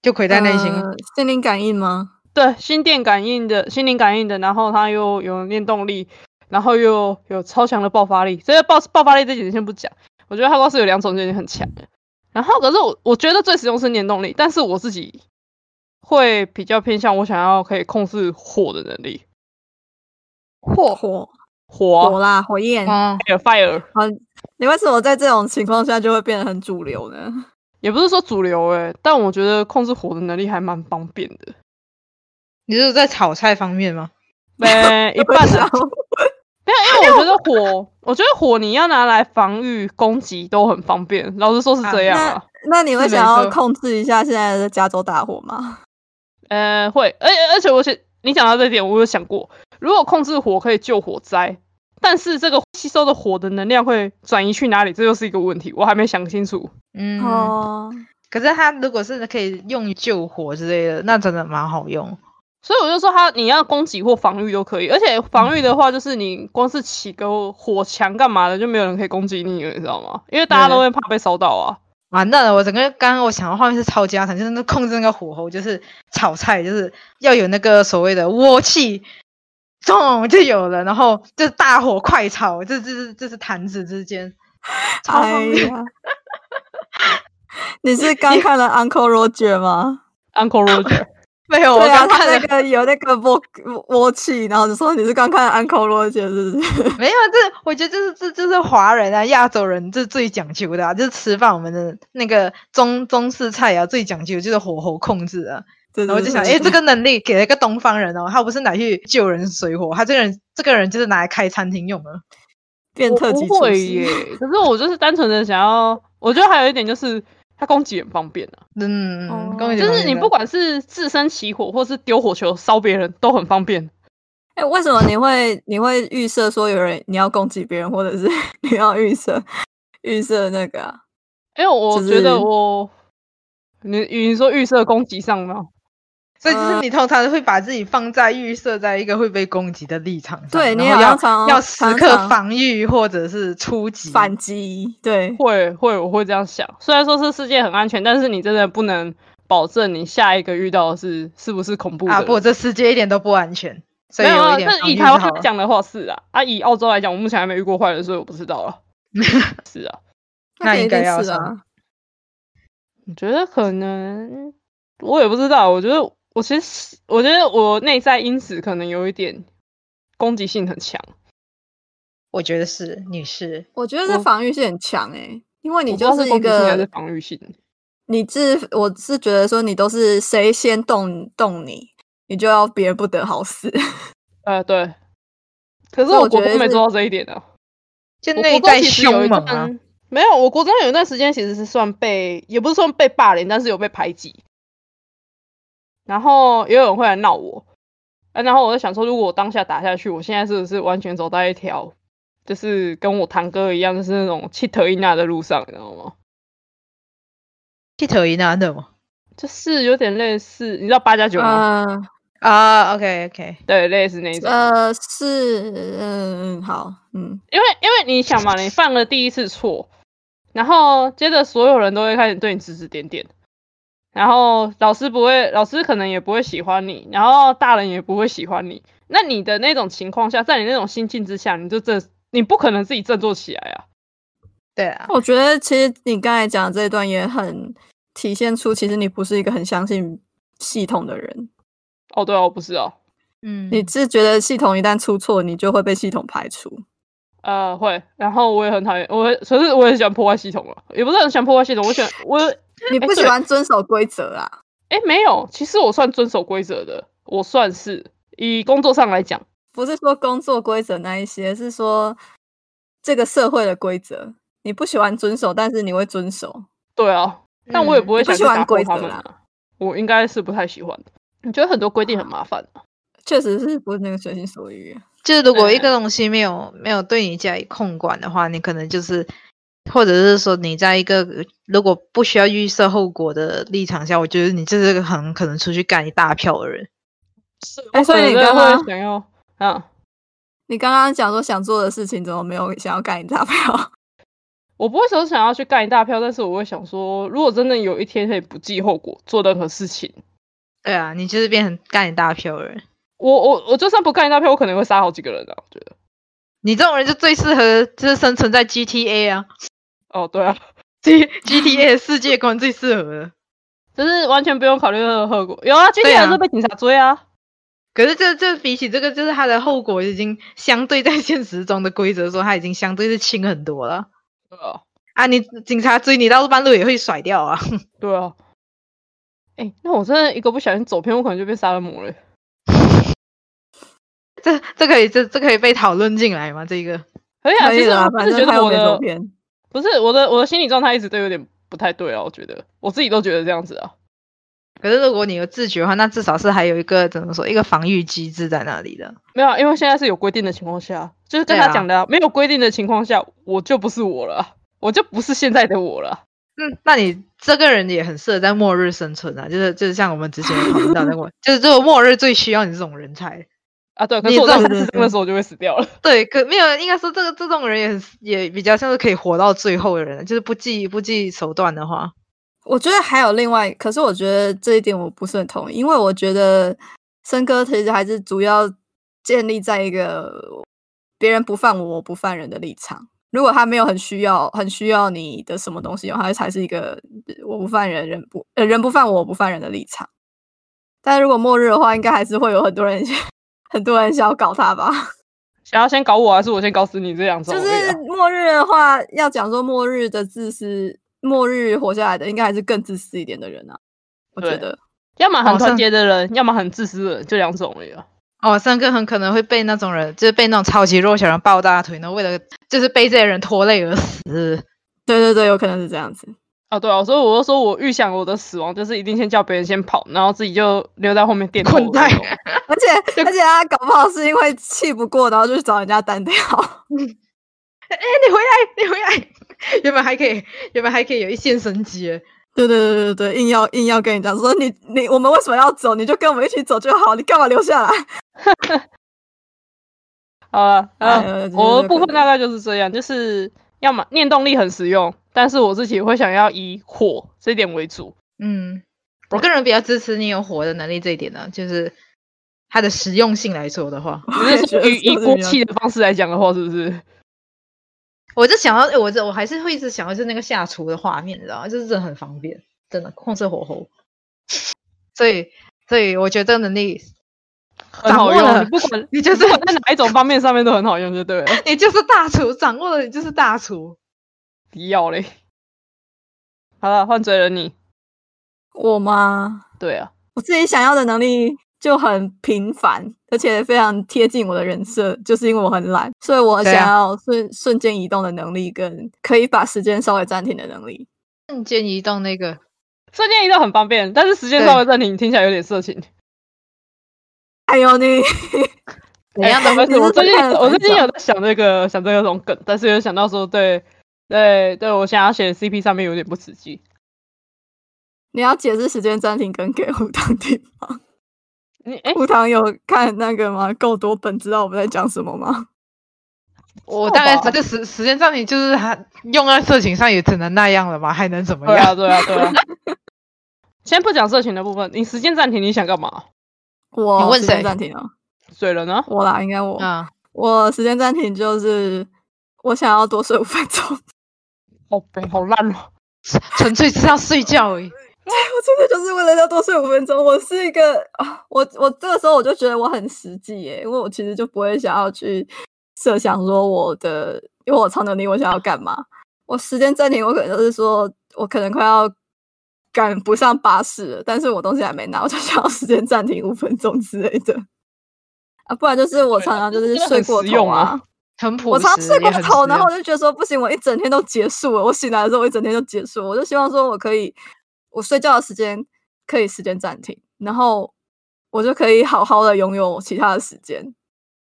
D: 就窥探内心。
A: 呃心灵感应吗？
B: 对，心电感应的心灵感应的，然后他又有念动力，然后又有超强的爆发力。这个爆爆发力这点先不讲，我觉得他光是有两种就已经很强了。然后可是我我觉得最实用是念动力，但是我自己会比较偏向我想要可以控制火的能力，
A: 火火
B: 火啊
A: 火啦，火焰。
D: 哦，
B: fire fire，
A: 你为什么在这种情况下就会变得很主流呢？
B: 也不是说主流诶、但我觉得控制火的能力还蛮方便 的，
D: 你是在炒菜方面吗？
B: 呃，一半啊
A: 想，
B: 没有，因为我觉得火，我觉得火你要拿来防御攻击都很方便。老实说是这样
A: 那
B: 啊，
A: 那你会
D: 是没
A: 想要
D: 错
A: 控制一下现在的加州大火吗？
B: 呃，会，而且而且我想你讲到这点，我有想过，如果控制火可以救火灾，但是这个吸收的火的能量会转移去哪里，这又是一个问题，我还没想清楚。
D: 嗯，
A: 哦，
D: 可是他如果是可以用于救火之类的，那真的蛮好用。
B: 所以我就说他，你要攻击或防御都可以，而且防御的话，就是你光是起个火墙干嘛的，就没有人可以攻击你了，你知道吗？因为大家都会怕被烧到啊。
D: 完蛋了！我整个刚刚我想到画面是超家常，就是那控制那个火候，就是炒菜，就是要有那个所谓的窝气，咚就有了，然后就是大火快炒，这这这是坛子之间，超
A: 哎
D: 方便。
A: 呀， 你是刚看了 Uncle Roger 吗？
B: Uncle Roger，
D: 没有，我
A: 对啊，
D: 刚
A: 他
D: 看
A: 那
D: 了，
A: 个有那个窝窝气，然后你说你是刚看 Uncle Roger 是 不是？
D: 没有这，我觉得这是这这是华人啊，亚洲人这最讲究的啊，就是吃饭我们的那个中中式菜啊，最讲究就是火候控制啊。
A: 对
D: 然后我就想，哎，这个能力给了一个东方人哦，他不是拿去救人水火，他这个人这个人就是拿来开餐厅用的。
A: 变
B: 我
A: 特级
B: 不
A: 厨
B: 会耶
A: 师，。
B: 可是我就是单纯的想要，我觉得还有一点就是他攻击很方便啊，
D: 嗯，
A: 哦
D: 恭喜
B: 就是你不
D: 管。
B: 管是自身起火，或是丢火球烧别人，都很方便。
A: 哎、为什么你会你会预设说有人你要攻击别人，或者是 你要预设预设那个、啊？
B: 因为我觉
A: 就是
B: 得我，你你说预设攻击上吗？
D: 所以
B: 呃
D: 就是你通常会把自己放在预设在一个会被攻击的立场上，
A: 对
D: 然
A: 你
D: 后
A: 好像
D: 要
A: 常
D: 要时
A: 常
D: 刻
A: 常
D: 防御或者是出击。
A: 反击，对，
B: 会会，我会这样想。虽然说这世界很安全，但是你真的不能保证你下一个遇到的是是不是恐怖的
D: 啊
B: 人。
D: 不，这世界一点都不安全，所以
B: 没有
D: 有
B: 啊
D: 一，点
B: 但
D: 防
B: 以
D: 御
B: 台
D: 就
B: 湾
D: 好
B: 来
D: 了。
B: 讲的话是啊，啊以澳洲来讲，我目前还没遇过坏人，所以我不知道啊了。是啊，
D: 那
A: 一
D: 应该
A: 定
D: 要
A: 是
D: 上
A: 啊，
B: 我觉得可能我也不知道。我觉得我其实我觉得我内在因子可能有一点攻击性很强。
D: 我觉得是，你是
A: 我觉得这
B: 我
A: 防御性很强哎、因为你
B: 我不知道
A: 就是是一
B: 攻击性还是
A: 个
B: 防御性？
A: 你是我是觉得说你都是谁先动动你，你就要别人不得好 死。
B: 呃，对。可是
A: 所以我
B: 我国
A: 觉得
B: 中没
A: 是
B: 做到这一点啊。
D: 就
B: 我
D: 内
B: 国中
D: 在
B: 其实有一
D: 凶猛啊，
B: 段，没有，我国中有一段时间其实是算被，也不是算被霸凌，但是有被排挤。然后也有人会来闹我，啊然后我在想说，如果我当下打下去，我现在是不是完全走在一条，就是跟我堂哥一样，就是那种气头一娜的路上，你知道吗？
D: 剃头一那的嘛。
B: 就是有点类似，你知道八加九吗？
A: 呃
D: 啊，OK OK，
B: 对，类似那一种。
A: 呃是嗯嗯好嗯
B: 因为因为你想嘛，你犯了第一次错，然后接着所有人都会开始对你指指点点，然后老师不会，老师可能也不会喜欢你，然后大人也不会喜欢你。那你的那种情况下，在你那种心境之下，你就振，你不可能自己振作起来啊。
D: 对啊，
A: 我觉得其实你刚才讲的这一段也很体现出，其实你不是一个很相信系统的人，
B: 哦，对哦，不是哦，
D: 嗯，
A: 你是觉得系统一旦出错，你就会被系统排除。
B: 呃，会。然后我也很讨厌，我会可是我也很喜欢破坏系统了，也不是很喜欢破坏系统，我喜欢我
A: 你不喜
B: 哎对
A: 欢遵守规则啊？
B: 哎没有，其实我算遵守规则的，我算是以工作上来讲，
A: 不是说工作规则那一些，是说这个社会的规则，你不喜欢遵守，但是你会遵守。
B: 对啊，但我也
D: 嗯
B: 不会
A: 你不
B: 想
A: 喜
B: 去
A: 欢
B: 打破
A: 规
B: 他
A: 则
B: 们
A: 啦
B: 啊。我应该是不太喜欢的。你觉得很多规定很麻烦啊、
A: 确实是不是那个随心所欲啊，
D: 就是如果一个
B: 对
D: 东西没有没有对你加以控管的话，你可能就是，或者是说你在一个如果不需要预设后果的立场下，我觉得你就是个很可能出去干一大票的人。
B: 是，
A: 哎
B: 我
A: 所以
B: 可能
A: 你
B: 真的
A: 刚刚
B: 会想要啊，
A: 你刚刚讲说想做的事情，怎么没有想要干你 大票？
B: 我不会说想要去干一大票，但是我会想说，如果真的有一天可以不计后果做任何事情，
D: 对啊，你就是变成干一大票的人。
B: 我我我就算不干一大票，我可能会杀好几个人啊。我觉得，
D: 你这种人就最适合就是生存在 GTA 啊
B: 哦，对啊，
D: ，G GTA 的世界观最适合了。
B: 就是完全不用考虑任何后果。有啊，今
D: 对
B: 天
D: 啊
B: 还是被警察追啊。
D: 可是这这比起这个，就是它的后果已经相对在现实中的规则说，它已经相对是轻很多了
B: 对啊，
D: 啊。你警察追你到半路也会甩掉啊。
B: 对啊。哎、那我真的一个不小心走偏，我可能就被杀人魔了。
D: 这这可以这这可以被讨论进来吗？这个
B: 可以啊，
A: 可
B: 其
A: 以
B: 实
A: 啦，
B: 我
A: 反
B: 是觉
A: 正还
B: 得
A: 有
B: 我
A: 没走
B: 的
A: 偏。
B: 不是我的我的心理状态一直都有点不太对啊，我觉得我自己都觉得这样子啊。
D: 可是如果你有自觉的话，那至少是还有一个怎么说一个防御机制在那里的。
B: 没有啊，因为现在是有规定的情况下，就是跟
D: 对啊
B: 他讲的、啊，没有规定的情况下，我就不是我了啊，我就不是现在的我了啊。
D: 嗯，那你这个人也很适合在末日生存啊，就是就是像我们之前有讨论到的过，就是这个 末日最需要你这种人才。
B: 啊，对，可
D: 你
B: 是我在
D: 这
B: 三
D: 种
B: 十
A: 对
B: 的时候我就会死掉了。
D: 对，可没有，应该说这个这种人也很也比较像是可以活到最后的人，就是不计不计手段的话，
A: 我觉得还有另外，可是我觉得这一点我不是很同意，因为我觉得森哥其实还是主要建立在一个别人不犯我，我不犯人的立场。如果他没有很需要、很需要你的什么东西的话，他才是一个我不犯人，人不呃人不犯我，我不犯人的立场。但如果末日的话，应该还是会有很多人很多人想要搞他吧。
B: 想要先搞我，还是我先搞死你这两种
A: 就
B: 而
A: 是
B: 已啊？
A: 末日的话，要讲说末日的自私，末日活下来的应该还是更自私一点的人啊。我觉
B: 对
A: 得，
B: 要么很
D: 好
B: 团
D: 像
B: 结的人，要么很自私的人，就两种而已啊。
D: 哦，三哥很可能会被那种人，就是被那种超级弱小人抱大腿，然后为了就是被这些人拖累而死。
A: 对对对，有可能是这样子。
B: 啊，对啊，所以我就说我预想我的死亡就是一定先叫别人先跑，然后自己就留在后面垫后
D: 滚
B: 的那
D: 蛋
B: 种
A: 而 且而且他搞不好是因为气不过，然后就去找人家单挑。
D: 哎，你回来，你回来，原本还可以，原本还可以有一线生机耶。
A: 对对对对对，硬要硬要跟你讲说你你我们为什么要走，你就跟我们一起走就好，你干嘛留下来？
B: 好了，
A: 哎
B: 呃
A: 呃，就是
B: 我
A: 这
B: 的部
A: 个
B: 分大概就是这样，就是要么念动力很实用，但是我自己会想要以火这一点为 主。
D: 嗯，我个人比较支持你有火的能力这一点呢、就是它的实用性来说的话，
B: 只
A: 也
B: 是
A: 觉
B: 说
A: 得
B: 以以
A: 说是
B: 锅
A: 比较
B: 气的方式来讲的话，是不是？
D: 我就想要，诶我这我还是会一直想要是那个下厨的画面，你知道吗？就是真的很方便，真的控制火候。所以，所以我觉得这个能力，
B: 很好
D: 掌握
B: 用，
D: 了
B: 你不管
D: 你就是
B: 不管在哪一种方面上面都很好用，就对了。
D: 你就是大厨，掌握了你就是大厨。
B: 不要嘞。好了，换嘴了你。
A: 我吗？
B: 对啊，
A: 我自己想要的能力就很平凡，而且非常贴近我的人设，就是因为我很懒，所以我
D: 对
A: 想
D: 啊
A: 要瞬、瞬间移动的能力，跟可以把时间稍微暂停的能力。
D: 瞬间移动那个，
B: 瞬间移动很方便，但是时间
D: 对
B: 稍微暂停，听起来有点 色情。
A: 哎呦你，
D: 怎样的
B: 哎没
A: 你
B: 事，
A: 是
B: 我最近
A: 不是看了
B: 我
A: 反
B: 最近有
A: 转
B: 在想这个想这种梗，但是有想到说，对对对，我想要写的 CP 上面有点不实际。
A: 你要解释时间暂停跟给无糖听吗？
B: 你哎，
A: 无糖有看那个吗？够多本知道我们在讲什么吗？
D: 我大概
B: 吧
D: 这个时时间上，你就是还用在色情上也只能那样了嘛，还能怎么
B: 对啊
D: 样？
B: 对啊对啊。 先不讲色情的部分，你时间暂停，你想干嘛？
A: 我
D: 你问
A: 时间
D: 谁
A: 暂停了，
B: 水人呢？
A: 我啦，应该我。
D: 啊，
A: 我时间暂停就是我想要多睡五分钟，我
B: 好悲，好烂哦！
D: 纯粹是要睡觉而已。
A: 真的就是为了要多睡五分钟。我是一个，啊我我这个时候我就觉得我很实际耶，因为我其实就不会想要去设想说我的，因为我超能力我想要干嘛。我时间暂停，我可能就是说我可能快要赶不上巴士了，但是我东西还没拿，我就想要时间暂停五分钟之类的。啊，不然就是我
B: 对啊
A: 常常就
B: 这
A: 是
B: 真的
A: 睡
B: 很
A: 过
B: 实
A: 头
B: 用
A: 啊
B: 啊，
D: 很朴实，
A: 我常常睡过
D: 也很啊实
A: 头，然后
D: 用
A: 我就觉得说不行，我一整天都结束了。我醒来的时候，我一整天都结束了。我就希望说我可以，我睡觉的时间可以时间暂停，然后我就可以好好的拥有其他的时间。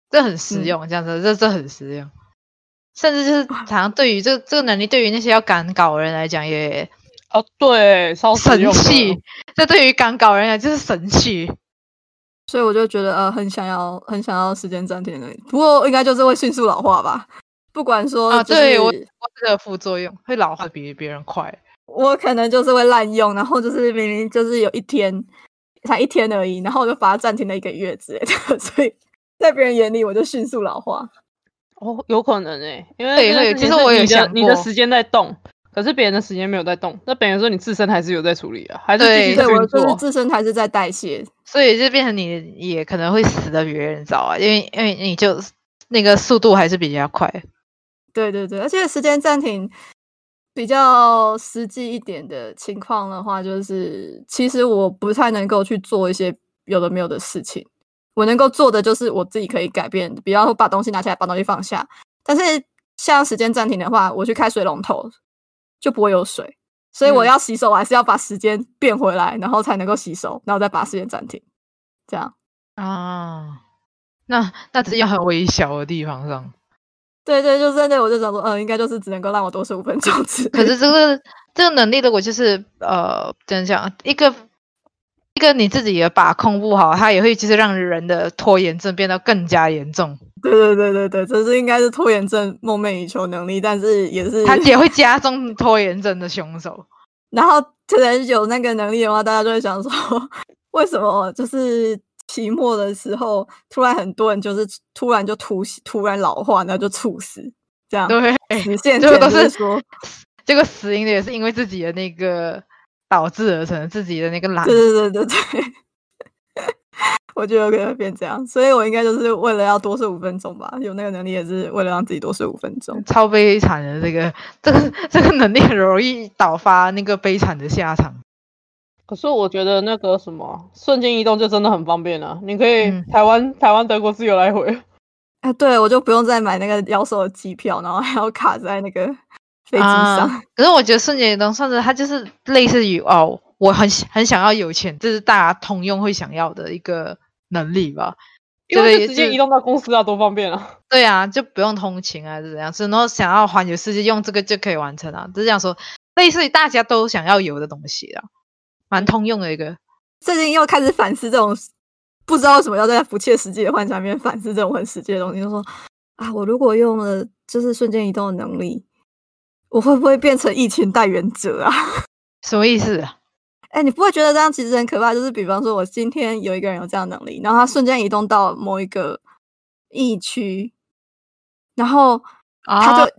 D: 这很实
A: 嗯
D: 用，这样子，这这很实用。甚至就是，好像对于这这个能力，对于那些要赶稿的人来讲也
B: 哦，对，超实
D: 神
B: 用的
D: 器。这对于赶稿人来讲就是神器。
A: 所以我就觉得呃，很想要，很想要时间暂停的。不过应该就是会迅速老化吧。不管说、
D: 啊，
A: 哦就是、
D: 对我我这个副作用会老化得比别人快。
A: 我可能就是会滥用，然后就是明明就是有一天才一天而已，然后我就把它暂停了一个月之类的， 所以在别人眼里我就迅速老化。
B: 哦，有可能诶、因为这
D: 对
B: 件
D: 会
B: 事
D: 其
B: 情
D: 实
B: 是
D: 我
B: 你
D: 有
B: 的
D: 想
B: 你的
D: 过
B: 时间在动，可是别人的时间没有在动，那等于说你自身还是有在处理啊，还是继
A: 对
B: 续
D: 对
B: 在
A: 我
B: 运
A: 就是
B: 作。
A: 自身还是在代谢，
D: 所以就变成你也可能会死的比别人早啊，因为因为你就那个速度还是比较快。
A: 对对对，而且时间暂停比较实际一点的情况的话，就是其实我不太能够去做一些有的没有的事情，我能够做的就是我自己可以改变，比方说把东西拿起来，把东西放下。但是像时间暂停的话，我去开水龙头就不会有水，所以我
B: 嗯
A: 要洗手，我还是要把时间变回来，然后才能够洗手，然后再把时间暂停，这样。
D: 啊，那那只要很微小的地方上，
A: 对对，就是那我就想说，嗯，应该就是只能够让我多睡五分钟之 类的。
D: 可是这个这个能力，如果就是呃，怎么讲，一个一个你自己也把控不好，它也会就是让人的拖延症变得更加严重，
A: 对对对对对，这是应该是拖延症梦寐以求能力，但是也是，
D: 它也会加重拖延症的凶手。
A: 然后可能有那个能力的话，大家就会想说， 为什么就是期末的时候，突然很多人就是突然就突突然老化，然后就猝死，这样
D: 对，
A: 死线
D: 这个
A: 前就
D: 都
A: 是是说，
D: 这个死因的也是因为自己的那个导致而成的，自己的那个懒
A: 对对对对对， 我觉得有可能会变这样，所以我应该就是为了要多睡五分钟吧，有那个能力也是为了让自己多睡五分钟。
D: 超悲惨的这个这个这个能力很容易导发那个悲惨的下场。
B: 可是我觉得那个什么瞬间移动就真的很方便啊，你可以
D: 嗯
B: 台湾、台湾德国自由来回，
A: 哎，对，我就不用再买那个妖兽的机票，然后还要卡在那个飞机上。
D: 啊。可是我觉得瞬间移动算是它就是类似于哦，我很想很想要有钱，这是大家通用会想要的一个能力吧？
B: 因
D: 对
B: 为
D: 也
B: 就直接
D: 是
B: 移动到公司啊，多方便啊！
D: 对啊，就不用通勤啊，是怎样？然后想要环游世界，用这个就可以完成啊，就是这样说，类似于大家都想要有的东西啊，蛮通用的一个。
A: 最近又开始反思这种不知道为什么要在不切实际的幻想里面反思这种很实际的东西，就说啊，我如果用了就是瞬间移动的能力，我会不会变成疫情代言者啊？
D: 什么意思、啊？
A: 哎，你不会觉得这样其实很可怕？就是比方说，我今天有一个人有这样的能力，然后他瞬间移动到某一个疫区，然后他
D: 啊
A: 就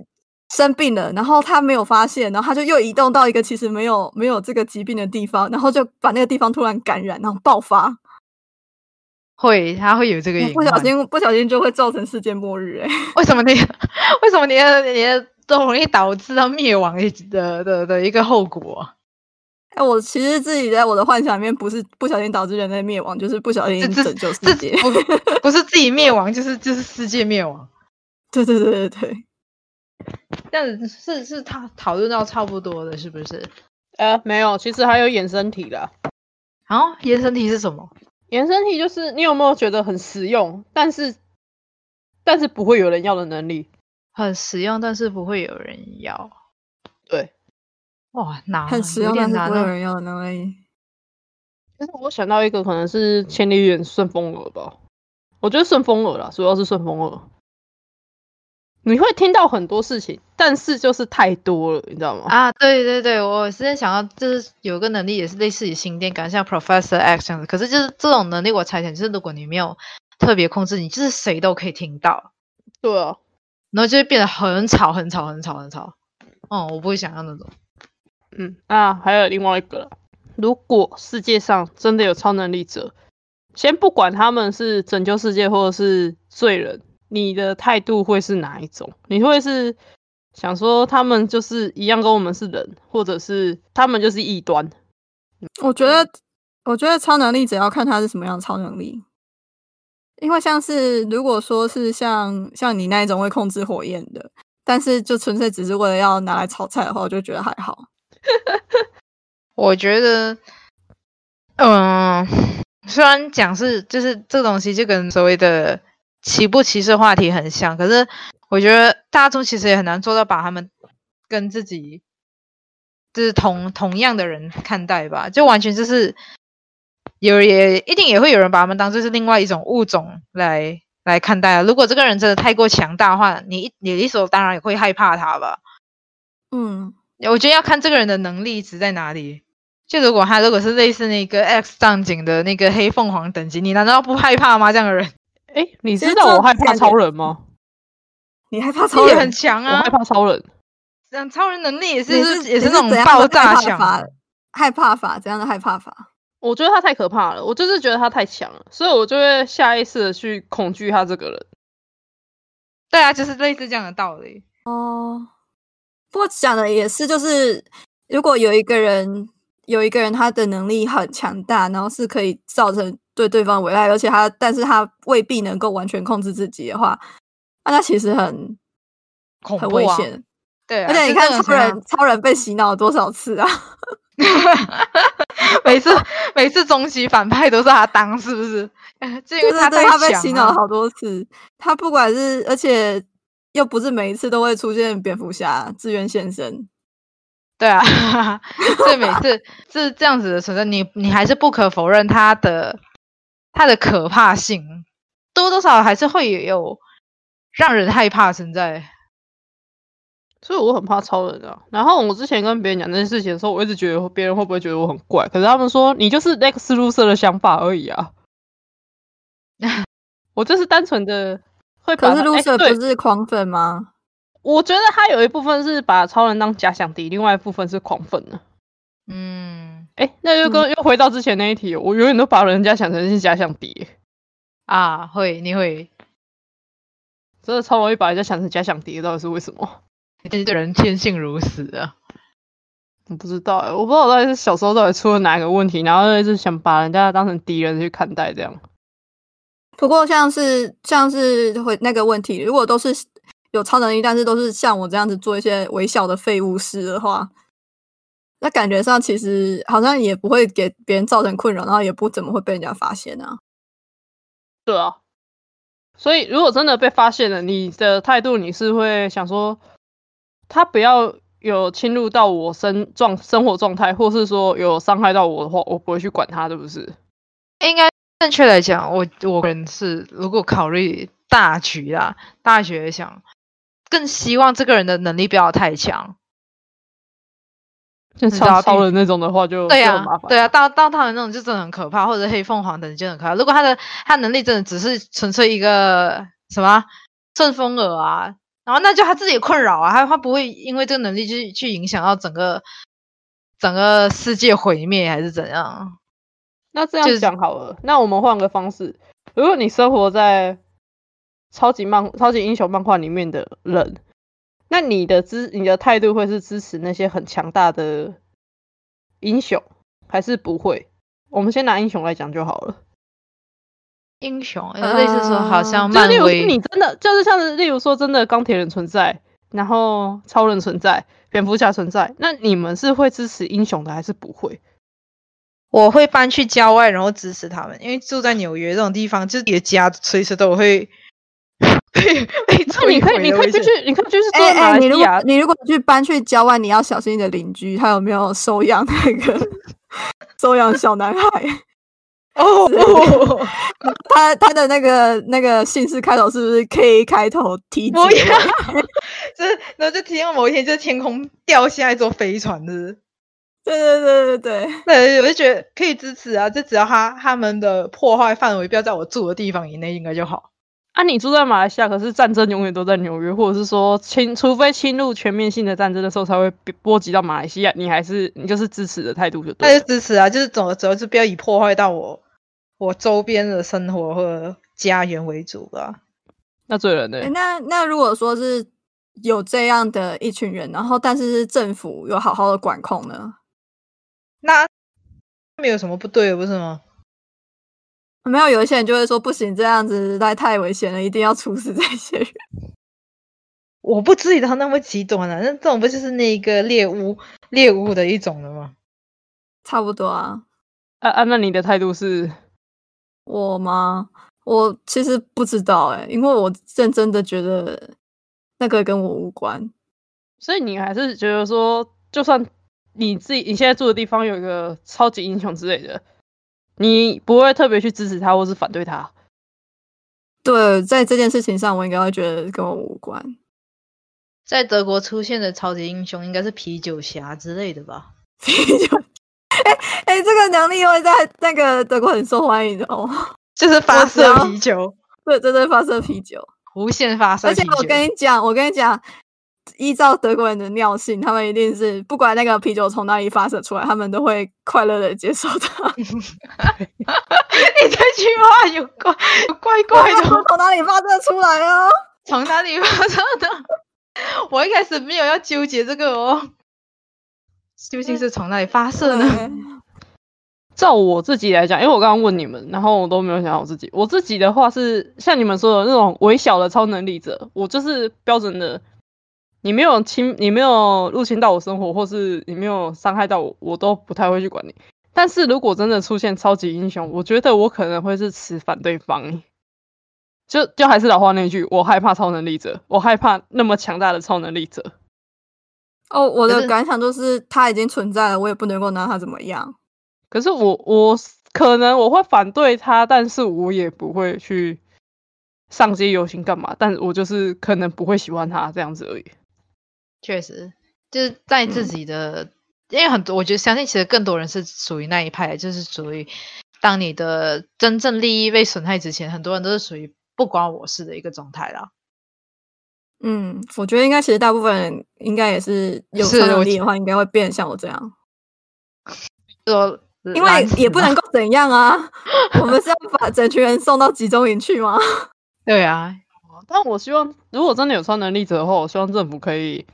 A: 生病了，然后他没有发现，然后他就又移动到一个其实没有没有这个疾病的地方，然后就把那个地方突然感染，然后爆发，
D: 会，他会有这个隐
A: 不小
D: 患
A: 心不小心就会造成世界末日、哎，
D: 为什么你 为什么你的你的都容易导致到灭亡的的的的一个后果啊？
A: 哎，我其实自己在我的幻想里面，不是不小心导致人类灭亡，就是不小心
D: 这这
A: 拯救
D: 这
A: 世界。
D: 不不是自己灭亡，就是就是世界灭亡。
A: 对对对对对。
D: 这样子是是他讨论到差不多了，是不是？
B: 呃，没有，其实还有衍生题啦。
D: 然后延伸题是什么？
B: 衍生题就是你有没有觉得很实用，但是但是不会有人要的能力？
D: 很实用，但是不会有人要。
B: 对，
D: 哇，难，
A: 很实
D: 啊
A: 用，
D: 有
A: 但
D: 点
A: 是
D: 难
A: 不会有
D: 哦
A: 人要的能力。
B: 其实我想到一个可能是千里眼顺风耳吧，我觉得顺风耳啦，主要是顺风耳。你会听到很多事情，但是就是太多了，你知道吗？
D: 啊，对对对，我之前想要就是有个能力也是类似于心电感，像 Professor X 这样子。可是就是这种能力，我猜想就是如果你没有特别控制，你就是谁都可以听到，
B: 对啊，
D: 然后就会变得很吵、很吵、很吵、很吵。哦、我不会想要那种。
B: 嗯，那还有另外一个啦，如果世界上真的有超能力者，先不管他们是拯救世界或者是罪人，你的态度会是哪一种？你会是想说他们就是一样跟我们是人，或者是他们就是异端？
A: 我觉得，我觉得超能力只要看他是什么样的超能力，因为像是如果说是像像你那一种会控制火焰的，但是就纯粹只是为了要拿来炒菜的话，我就觉得还好。
D: 我觉得，嗯、虽然讲是就是这东西就跟所谓的歧不歧视话题很像，可是我觉得大众其实也很难做到把他们跟自己就是同同样的人看待吧，就完全就是有也一定也会有人把他们当做是另外一种物种来来看待啊。如果这个人真的太过强大的话，你一你理所当然也会害怕他吧。
A: 嗯，
D: 我觉得要看这个人的能力值在哪里。就如果他如果是类似那个 X 战警的那个黑凤凰等级，你难道不害怕吗？这样的人
B: 哎、你
A: 其实
B: 知道
A: 这
B: 我害怕
A: 感觉
B: 超人吗？
A: 你害怕超
D: 也
A: 人？
D: 很强
B: 我
D: 啊
B: 害，怕超人，
D: 嗯，超人能力也
A: 你
D: 是也是
A: 你
D: 那种
A: 怎样的
D: 爆炸
A: 害怕
D: 强。
A: 法，害怕法怎样的害怕法？
B: 我觉得他太可怕了，我就是觉得他太强了，所以我就会下意识的去恐惧他这个人。
D: 对啊，就是类似这样的道理。
A: 哦，不过讲的也是，就是如果有一个人有一个人他的能力很强大，然后是可以造成对对方危害，而且他但是他未必能够完全控制自己的话，那他其实很
D: 恐
A: 很
D: 怖
A: 危
D: 啊
A: 险。
D: 对啊，
A: 而且你
D: 就
A: 看
D: 这种
A: 超人，超人被洗脑了多少次啊？
D: 情况， 每次每次终极反派都是他当，是不是？ 就
A: 对
D: 因 为
A: 对
D: 太
A: 对，他被洗脑
D: 强啊
A: 了
D: 了。
A: 好多次。他不管是，而且又不是每一次都会出现蝙蝠侠、自愿现身。
D: 对啊， 所以每次是这样子的存在，你你还是不可否认它的它的可怕性，多多少少还是会有让人害怕存在。
B: 所以我很怕超人啊。然后我之前跟别人讲这件事情的时候，我一直觉得别人会不会觉得我很怪，可是他们说你就是 Lex Luthor 的想法而 已啊。我就是单纯的会把
A: 可
B: 他，
A: 是
B: 哎
A: Lucy
B: 对
A: 不是狂粉吗？
B: 我觉得他有一部分是把超人当假想敌，另外一部分是狂粉的。
D: 嗯
B: 哎，那就跟、又回到之前那一题，我永远都把人家想成是假想敌，
D: 啊，会你会
B: 真的超容易把人家想成假想敌，到底是为什么？
D: 这个人天性如此啊。
B: 我不知道哎、我不知道我到底是小时候到底出了哪个问题，然后就是想把人家当成敌人去看待这样。
A: 不过像是像是会那个问题，如果都是有超能力，但是都是像我这样子做一些微小的废物事的话，那感觉上其实好像也不会给别人造成困扰，然后也不怎么会被人家发现啊。
B: 对啊，所以如果真的被发现了，你的态度你是会想说，他不要有侵入到我生状生活状态，或是说有伤害到我的话，我不会去管他，对不
D: 嗯
B: 是？
D: 应该正确来讲，我我个人是如果考虑大局啦，大局来想，更希望这个人的能力不要太强。
B: 就
D: 知道
B: 超超人那种的话就，
D: 啊对
B: 就
D: 啊
B: 很麻，烦。
D: 对啊，到到他们那种就真的很可怕，或者黑凤凰等级就很可怕。如果他的他能力真的只是纯粹一个什么啊顺风耳啊，然后那就他自己的困扰啊，他他不会因为这个能力去去影响到整个整个世界毁灭还是怎样？
B: 那这
D: 就
B: 样
D: 是
B: 讲好了，那我们换个方式，如果你生活在超级漫、超级英雄漫画里面的人，那你的支、你的态度会是支持那些很强大的英雄，还是不会？我们先拿英雄来讲就好了，
D: 英雄类似说好像
B: 就是
D: 漫
B: 例如
D: 威，
B: 说你真的就是像是例如说真的钢铁人存在，然后超人存在，蝙蝠侠存在，那你们是会支持英雄的还是不会？
D: 我会搬去郊外，然后支持他们，因为住在纽约这种地方，就是你的家随时都有会 被被
B: 那哦你
D: 摧
B: 可以你可以
D: 毁的危
B: 继
D: 险
B: 续。你可以继续
A: 哎
B: 做
A: 哎、
B: 马来啊
A: 你
B: 西
A: 如果
B: 亚，
A: 你如果去搬去郊外，你要小心你的邻居，他有没有收养那个收养小男孩？
D: 哦，
A: 他他的那个那个姓氏开头是不是 K 开头 T 啊结
D: 不
A: 尾？
D: 要，这然后就听到某一天，就是天空掉下一艘飞船，是不是
A: 对对对对对，
D: 对，我就觉得可以支持啊，就只要他他们的破坏范围不要在我住的地方以内，应该就好。
B: 啊，你住在马来西亚，可是战争永远都在纽约，或者是说侵，除非侵入全面性的战争的时候才会比波及到马来西亚，你还是你就是支持的态度就
D: 他
B: 对
D: 就
B: 了。
D: 支持啊，就是总主要是不要以破坏到我我周边的生活和家园为主吧。
B: 那罪人呢？
D: 嗯
A: 诶那那如果说是有这样的一群人，然后但是是政府有好好的管控呢？
D: 那没有什么不对的，不是吗？
A: 没有，有一些人就会说不行，这样子太太危险了，一定要处死这些人。
D: 我不至于到那么极端啊，那这种不就是那个猎巫猎巫的一种了吗？
A: 差不多啊，
B: 啊啊，那你的态度是
A: 我吗？我其实不知道哎、因为我认真的觉得那个跟我无关。
B: 所以你还是觉得说，就算你自己你现在住的地方有一个超级英雄之类的，你不会特别去支持他或是反对他。
A: 对，在这件事情上，我应该会觉得跟我无关。
C: 在德国出现的超级英雄应该是啤酒侠之类的吧？
A: 哎、这个能力会在那个德国很受欢迎的哦。
D: 就是发
A: 只要
D: 射啤酒，
A: 对，对对，发射啤酒。
C: 无限发射
A: 而
C: 啤
A: 且
C: 酒，
A: 我 跟你讲，我跟你讲，依照德国人的尿性，他们一定是不管那个啤酒从哪里发射出来，他们都会快乐的接受 它。
D: 你这句话有怪有怪怪 的。
A: 从哪里发射出来哦？
D: 从哪里发射 的？我一开始没有要纠结这个哦，究竟是从哪里发 射呢？
A: 对啊
B: 照我自己来讲，因为我刚刚问你们，然后我都没有想到我自己。我自己的话是像你们说的那种微小的超能力者，我就是标准的，你没有侵，你没有入侵到我生活，或是你没有伤害到我，我都不太会去管你。但是如果真的出现超级英雄，我觉得我可能会是持反对方。欸就就还是老话那句，我害怕超能力者，我害怕那么强大的超能力者。
A: 哦，我
C: 可
A: 的
C: 是
A: 感想就是它已经存在了，我也不能够拿它怎么样。
B: 可是我我是可能我会反对他，但是我也不会去上街游行干嘛。但是我就是可能不会喜欢他这样子而已。
C: 确实就是在自己的，因为很多我觉得相信其实更多人是属于那一派，就是属于当你的真正利益被损害之前，很多人都是属于不关我事的一个状态啦。
A: 嗯，我觉得应该其实大部分人应该也是有
C: 是
A: 超能
C: 我
A: 力
C: 觉
A: 的话，应该会变得像我这样，
C: 说
A: 因
C: 懒
A: 为也
C: 死
A: 不
C: 嘛
A: 能够怎样啊。我们是要把整群人送到集中营去吗？
C: 对啊，
B: 但我希望，如果真的有超能力者的话，我希望政府可以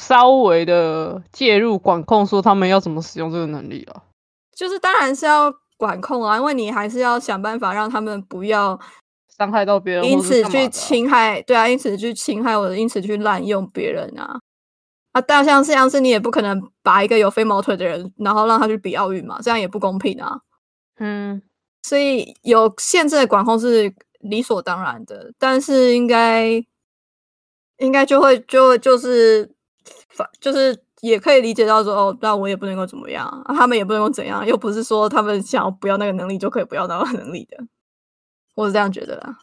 B: 稍微的介入管控，说他们要怎么使用这个能力啊。
A: 就是当然是要管控啊，因为你还是要想办法让他们不要
B: 伤害到别人，
A: 因
B: 或者
A: 此
B: 是干嘛
A: 去
B: 的啊
A: 侵害，对啊，因此去侵害我的，因此去滥用别人啊。啊，大象是像是你也不可能把一个有飞毛腿的人，然后让他去比奥运嘛，这样也不公平啊。
B: 嗯，
A: 所以有限制的管控是理所当然的，但是应该应该就会就会就是反就是也可以理解到说哦，那我也不能够怎么样、啊他们也不能够怎样，又不是说他们想要不要那个能力就可以不要那个能力的，我是这样觉得啦。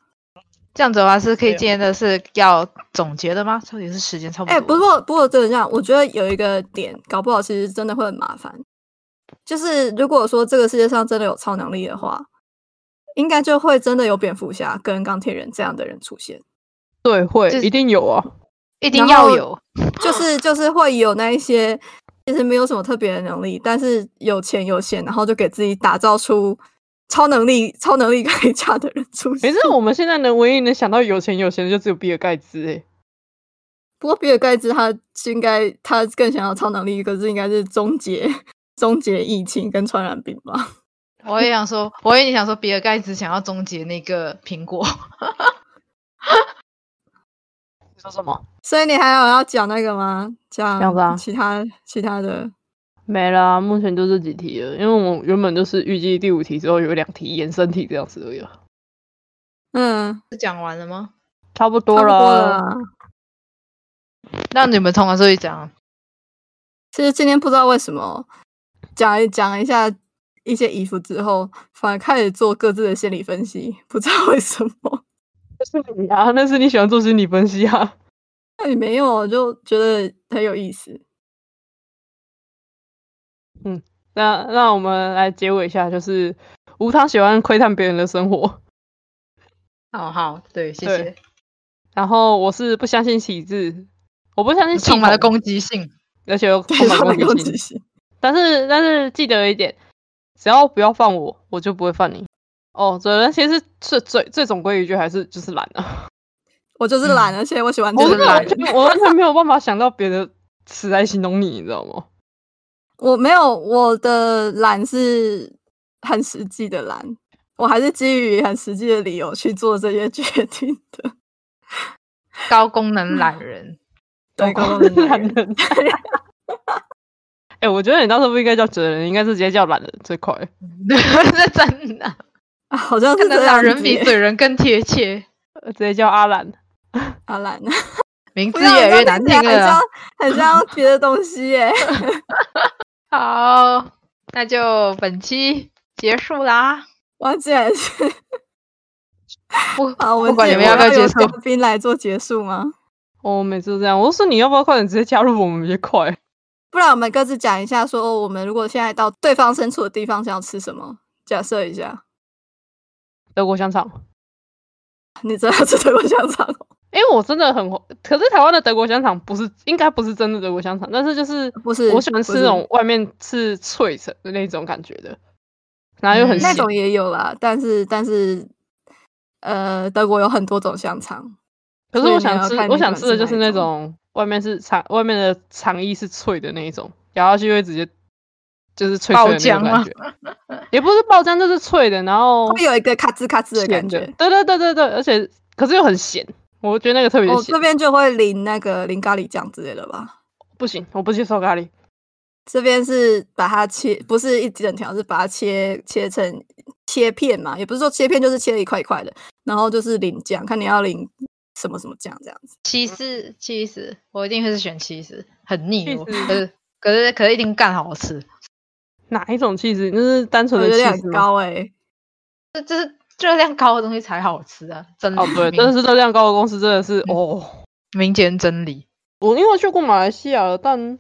C: 这样子的话是可以
B: 对啊
C: 今天的是要总结的吗？这也是时间差不多
A: 哎、
C: 了。
A: 不过不过真的这样，我觉得有一个点，搞不好其实真的会很麻烦。就是如果说这个世界上真的有超能力的话，应该就会真的有蝙蝠侠跟钢铁人这样的人出现，
B: 对，会
C: 就是
B: 一定有啊。
C: 一定
A: 然
C: 要
A: 后
C: 有，
A: 就是就是会有那一些其实没有什么特别的能力，但是有钱有闲，然后就给自己打造出超能力、超能力可以嫁的人出
B: 可
A: 现。
B: 是我们现在能唯一能想到有钱有闲的就只有比尔盖茨哎、
A: 不过比尔盖茨他应该他更想要超能力，可是应该是终结终结疫情跟传染病吧。
C: 我也想说，我也想说，比尔盖茨想要终结那个苹 果，
B: 你说什么？
A: 所以你还有要讲那个吗？讲
B: 这样子啊
A: 其他其他的。
B: 没啦、目前就这几题了，因为我原本就是预计第五题之后有两题延伸题这样子而已啊，
A: 嗯，
C: 是讲完了吗？
B: 差不
A: 差
B: 多
A: 不
B: 了。
A: 多 了啦。
C: 那你们通常是会讲
A: 其实今天不知道为什么讲一讲一下一些衣服之后，反而开始做各自的心理分析，不知道为什么。
B: 那是你啊，那是你喜欢做心理分析啊。
A: 那也哎没有，就觉得很有意思。
B: 那那我们来结尾一下，就是无糖喜欢窥探别人的生活，
D: 好哦好，对，谢
B: 对
D: 谢。
B: 然后我是不相信体制，我不相信系
D: 充满了
B: 统
D: 攻击性，
B: 而 且又充
A: 对，
B: 满
A: 他们
B: 攻
A: 攻
B: 击性
A: 击。性。
B: 但是但是记得一点，只要不要放我，我就不会放你。哦，主人其实最最最总归一句还是就是懒啊，
A: 我就是懒，而且我喜欢
B: 嗯我
A: 这
B: 真
A: 个
B: 的
A: 懒
B: 完。全我完全没有办法想到别的词来形容你，你知道吗？
A: 我没有我的懒是很实际的懒，我还是基于很实际的理由去做这些决定的。
D: 高功能 懒人，
A: 对，高功能
B: 懒
A: 懒人
B: 人。 哎、我觉得你当时不应该叫哲人，应该是直接叫懒人最快。
D: 这真 的，
A: 啊好像
D: 可
A: 是
D: 能
A: 这
D: 懒
A: 样
D: 人比
A: 子。
D: 嘴人更贴切，
B: 呃直接叫阿懒。
A: 啊懒，
D: 名字
A: 不要
D: 越来
A: 这
D: 越难
A: 样
D: 听
A: 听起来很像
D: 了。
A: 很像别的东西耶。
D: 好，那就本期结束啦。
A: 我竟然是
D: 不
A: 啊，我们
D: 不管
A: 自
D: 你
A: 己
D: 们要不
A: 我
D: 要
A: 由
D: 结束
A: 嘉，宾来做结束吗？
B: 我、哦每次都这样，我说你要不要快点直接加入我们，比较快。
A: 不然我们各自讲一下，说我们如果现在到对方身处的地方，想要吃什么？假设一下，
B: 德国香肠，
A: 你真的要吃德国香肠哦？
B: 因为我真的很，可是台湾的德国香肠不是，应该不是真的德国香肠，但是就是
A: 不是
B: 我喜欢吃
A: 不是
B: 那种外面是脆的那种感觉的，然后又很
D: 嗯
B: 咸
A: 那种也有啦，但是但是，呃，德国有很多种香肠，
B: 可是
A: 所以
B: 我
A: 你要
B: 想吃
A: 看，
B: 我
A: 你
B: 想
A: 喜
B: 吃
A: 欢
B: 的就
A: 哪
B: 是
A: 一
B: 那种外面是肠，外面的肠衣是脆的那一种，咬下去会直接就是脆
D: 爆
B: 脆的那种
D: 浆
B: 感
D: 吗
B: 觉，也不是爆浆，就是脆的，然
D: 哦
B: 后
A: 会有一个咔吱咔吱的
B: 咸
A: 感
B: 的
A: 觉。，
B: 对对对对对，而且可是又很咸，我觉得那个特别
A: 我
B: 咸
A: 哦这，边就会淋那个淋咖喱酱之类的吧。
B: 不行，我不接受咖喱，
A: 这边是把它切，不是一整条，是把它切切成切片嘛，也不是说切片，就是切一块一块的，然后就是淋酱，看你要淋什么什么酱这样子。
D: 七十七十，我一定会是选七十，很腻哦。
B: cheese
D: 可是可是可是一定干好吃，
B: 哪一种气质？那是单纯
A: 我
B: 的
A: 觉得
B: 气
A: 很
B: 质吗？
A: 高哎、
D: 这这是热量高的东西才好吃啊，真理
B: 哦，对，真的
D: 民
B: 是热量高的公司，真的是
D: 嗯
B: 哦。
D: 民间真理。
B: 我因为去过马来西亚了，但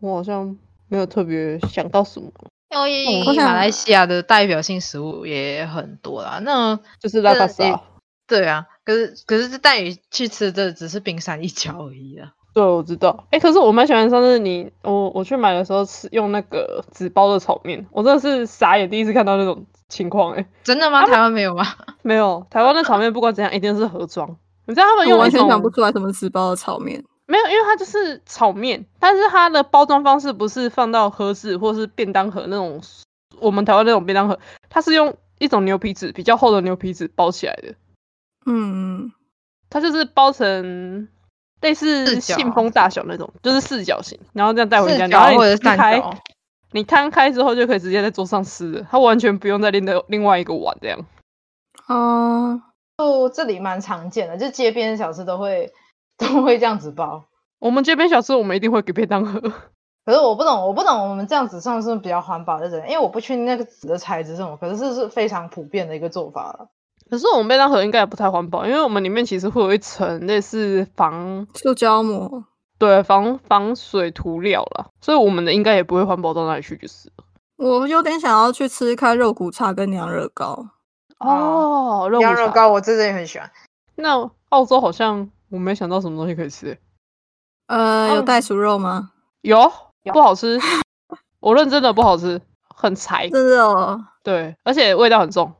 B: 我好像没有特别想到什么，
D: 因为
A: 我想
D: 马来西亚的代表性食物也很多啦，那
B: 就是拉卡
D: 这也
B: 萨。
D: 对啊，可是可是这带你去吃的只是冰山一角而已啊。
B: 对，我知道。哎，可是我蛮喜欢上次你我我去买的时候吃用那个纸包的炒面，我真的是傻眼，第一次看到那种情况。哎，
D: 真的吗？台湾没有吗？
B: 没有，台湾的炒面不管怎样一定是盒装。你知道他们
A: 我
B: 用
A: 完
B: 一
A: 全
B: 种
A: 想不出来什么纸包的炒面。
B: 没有，因为它就是炒面，但是它的包装方式不是放到盒子或是便当盒那种，我们台湾那种便当盒，它是用一种牛皮纸比较厚的牛皮纸包起来的，
A: 嗯，
B: 它就是包成类似
D: 四角
B: 信封大小那种，就是四角形，然后这样带回
D: 四
B: 家，然后
D: 角
B: 你
D: 或者是
B: 摊
D: 三
B: 开，
D: 角？
B: 你摊开之后就可以直接在桌上吃了，它完全不用再另的另外一个碗这样。
A: 哦，
D: 哦，这里蛮常见的，就街边的小吃都会 都会这样子包。
B: 我们这边小吃我们一定会给便当盒，
D: 可是我不懂，我不懂我们这样子算不是比较环保的人，因为我不确定那个纸的材质是什么，可是这是非常普遍的一个做法了。
B: 可是我们便当盒应该也不太环保，因为我们里面其实会有一层类似防
A: 塑胶膜。
B: 对，防防水涂料啦，所以我们的应该也不会环保到哪里去，就是了
A: 我有点想要去吃吃看肉骨茶跟娘惹糕，
B: 哦，肉
D: 羊
B: 骨
D: 肉
B: 茶。
D: 糕我自己也很喜欢，
B: 那澳洲好像我没想到什么东西可以吃欸，哦
A: 呃，有
D: 嗯
A: 袋鼠肉吗？
B: 有不好吃，我认真的不好吃，很柴，
A: 真的哦，
B: 对，而且味道很重，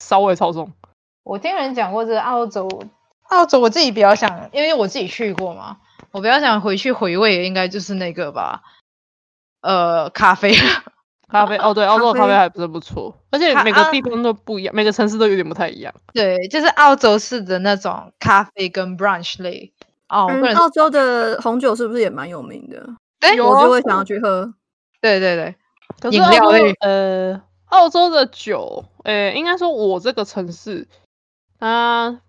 B: 骚味超重。
D: 我听人讲过这个澳洲，澳洲我自己比较想，因为我自己去过嘛，我比较想回去回味的应该就是那个吧，呃，咖啡。
B: 咖啡哦，对，澳洲的咖啡
A: 啡
B: 还真不错，而且
D: 啊咖
B: 每个
D: 啊
B: 地方都不一样，每个城市都有点不太一样。
D: 对，就是澳洲式的那种咖啡跟 brunch 类。哦，我个
A: 嗯，
D: 人
A: 澳洲的红酒是不是也蛮有名的？
D: 对
B: 有
A: 我
B: 啊
A: 就会想要去喝。
D: 对对对，
B: 可是
D: 饮
B: 澳
D: 料
B: 洲
D: 类
B: 呃，澳洲的酒，呃，应该说我这个城市，它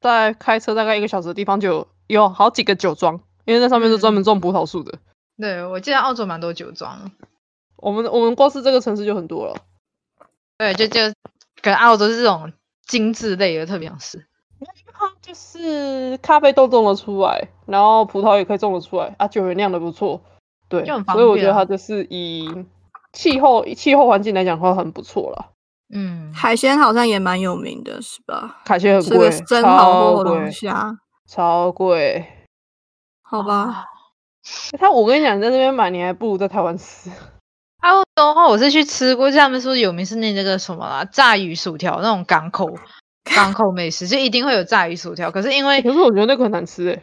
B: 在开车大概一个小时的地方就有有好几
D: 嗯
B: 个酒庄，因为那上面是专门种葡萄树的。
D: 对我记得澳洲蛮多酒庄，
B: 我们我们光是这个城市就很多了。
D: 对，就就跟澳洲这种精致类的特别想吃。
B: 就是咖啡豆种得出来，然后葡萄也可以种得出来啊，酒也酿得不错，对，
D: 就很方
B: 所以我觉得
D: 便
B: 它
D: 啊
B: 就是以气候气候环境来讲的话，很不错了。
D: 嗯，
A: 海鲜好像也蛮有名的，是吧？
B: 海鲜很
A: 吃
B: 贵
A: 个，生蚝
B: 超
A: 或龙
B: 贵，
A: 虾，
B: 超贵。欸
A: 好吧？
B: 他我跟你讲，你在这边买，你还不如在台湾吃。
D: 澳洲的啊话，我是去吃过，他们说有名是那那个什么啦，炸鱼薯条那种港 口港口美食，就一定会有炸鱼薯条。可是因为
B: 可是我觉得那个很难 吃诶、欸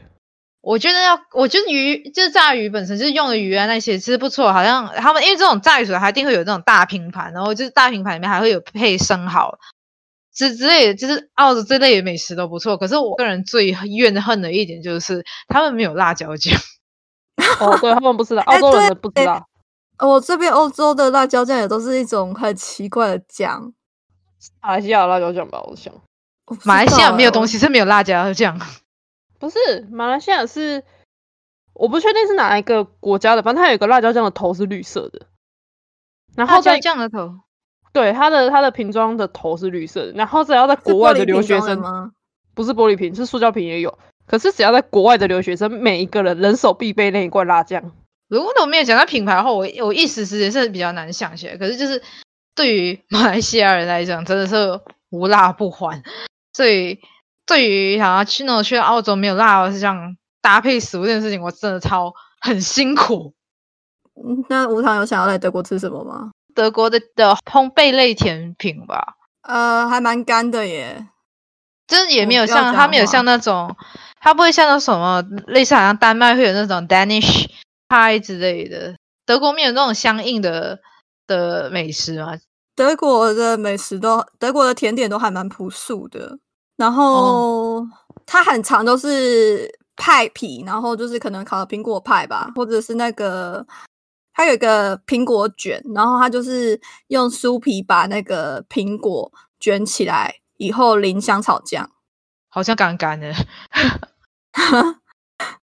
D: 我觉得要，我觉得鱼就是炸鱼本身就是用的鱼啊那些其实不错，好像他们因为这种炸鱼薯条，它一定会有那种大拼盘，然后就是大拼盘里面还会有配生蚝之之类的，就是澳洲这类的美食都不错。可是我个人最怨恨的一点就是他们没有辣椒酱，
B: 哦，对他们不吃
A: 哎
B: 辣，澳洲人的不吃辣，
A: 呃我这边欧洲的辣椒酱也都是一种很奇怪的酱，
B: 马来西亚的辣椒酱吧，我想。
A: 我不知
D: 马来西亚
A: 道
D: 没有
A: 欸
D: 东，西是没有辣椒酱。
B: 不是马来西亚是，我不确定是哪一个国家的，反正它有一个辣椒酱的头是绿色的，然
D: 辣
B: 后
D: 椒
B: 在
D: 酱的头，
B: 对它的它的瓶装的头是绿色的，然后只要在
A: 我
B: 国外
A: 是玻
B: 的
A: 璃
B: 留
A: 瓶
B: 学
A: 装的
B: 生，
A: 吗？
B: 不是玻璃瓶，是塑胶瓶也有，可是只要在国外的留学生，每一个人人手必备那一罐辣酱。
D: 如果我没有讲到品牌的话，我我一时之间是比较难想起来。可是就是对于马来西亚人来讲，真的是无辣不欢。所以对于想要去那种去澳洲没有辣的酱搭配食物这件事情，我真的超很辛苦。
A: 嗯那无糖有想要来德国吃什么吗？
D: 德国的的烘焙类甜品吧，
A: 呃，还蛮干的耶。
D: 就是也没有
A: 我不要
D: 像它没有
A: 讲话
D: 像那种，它不会像那什么类似好像丹麦会有那种 Danish pie 之类的，德国没有那种相应的的美食嘛，
A: 德国的美食都，德国的甜点都还蛮朴素的，然后、它很长都是派皮，然后就是可能烤苹果派吧，或者是那个它有一个苹果卷，然后它就是用酥皮把那个苹果卷起来，以后淋香草酱。
D: 好像干干的，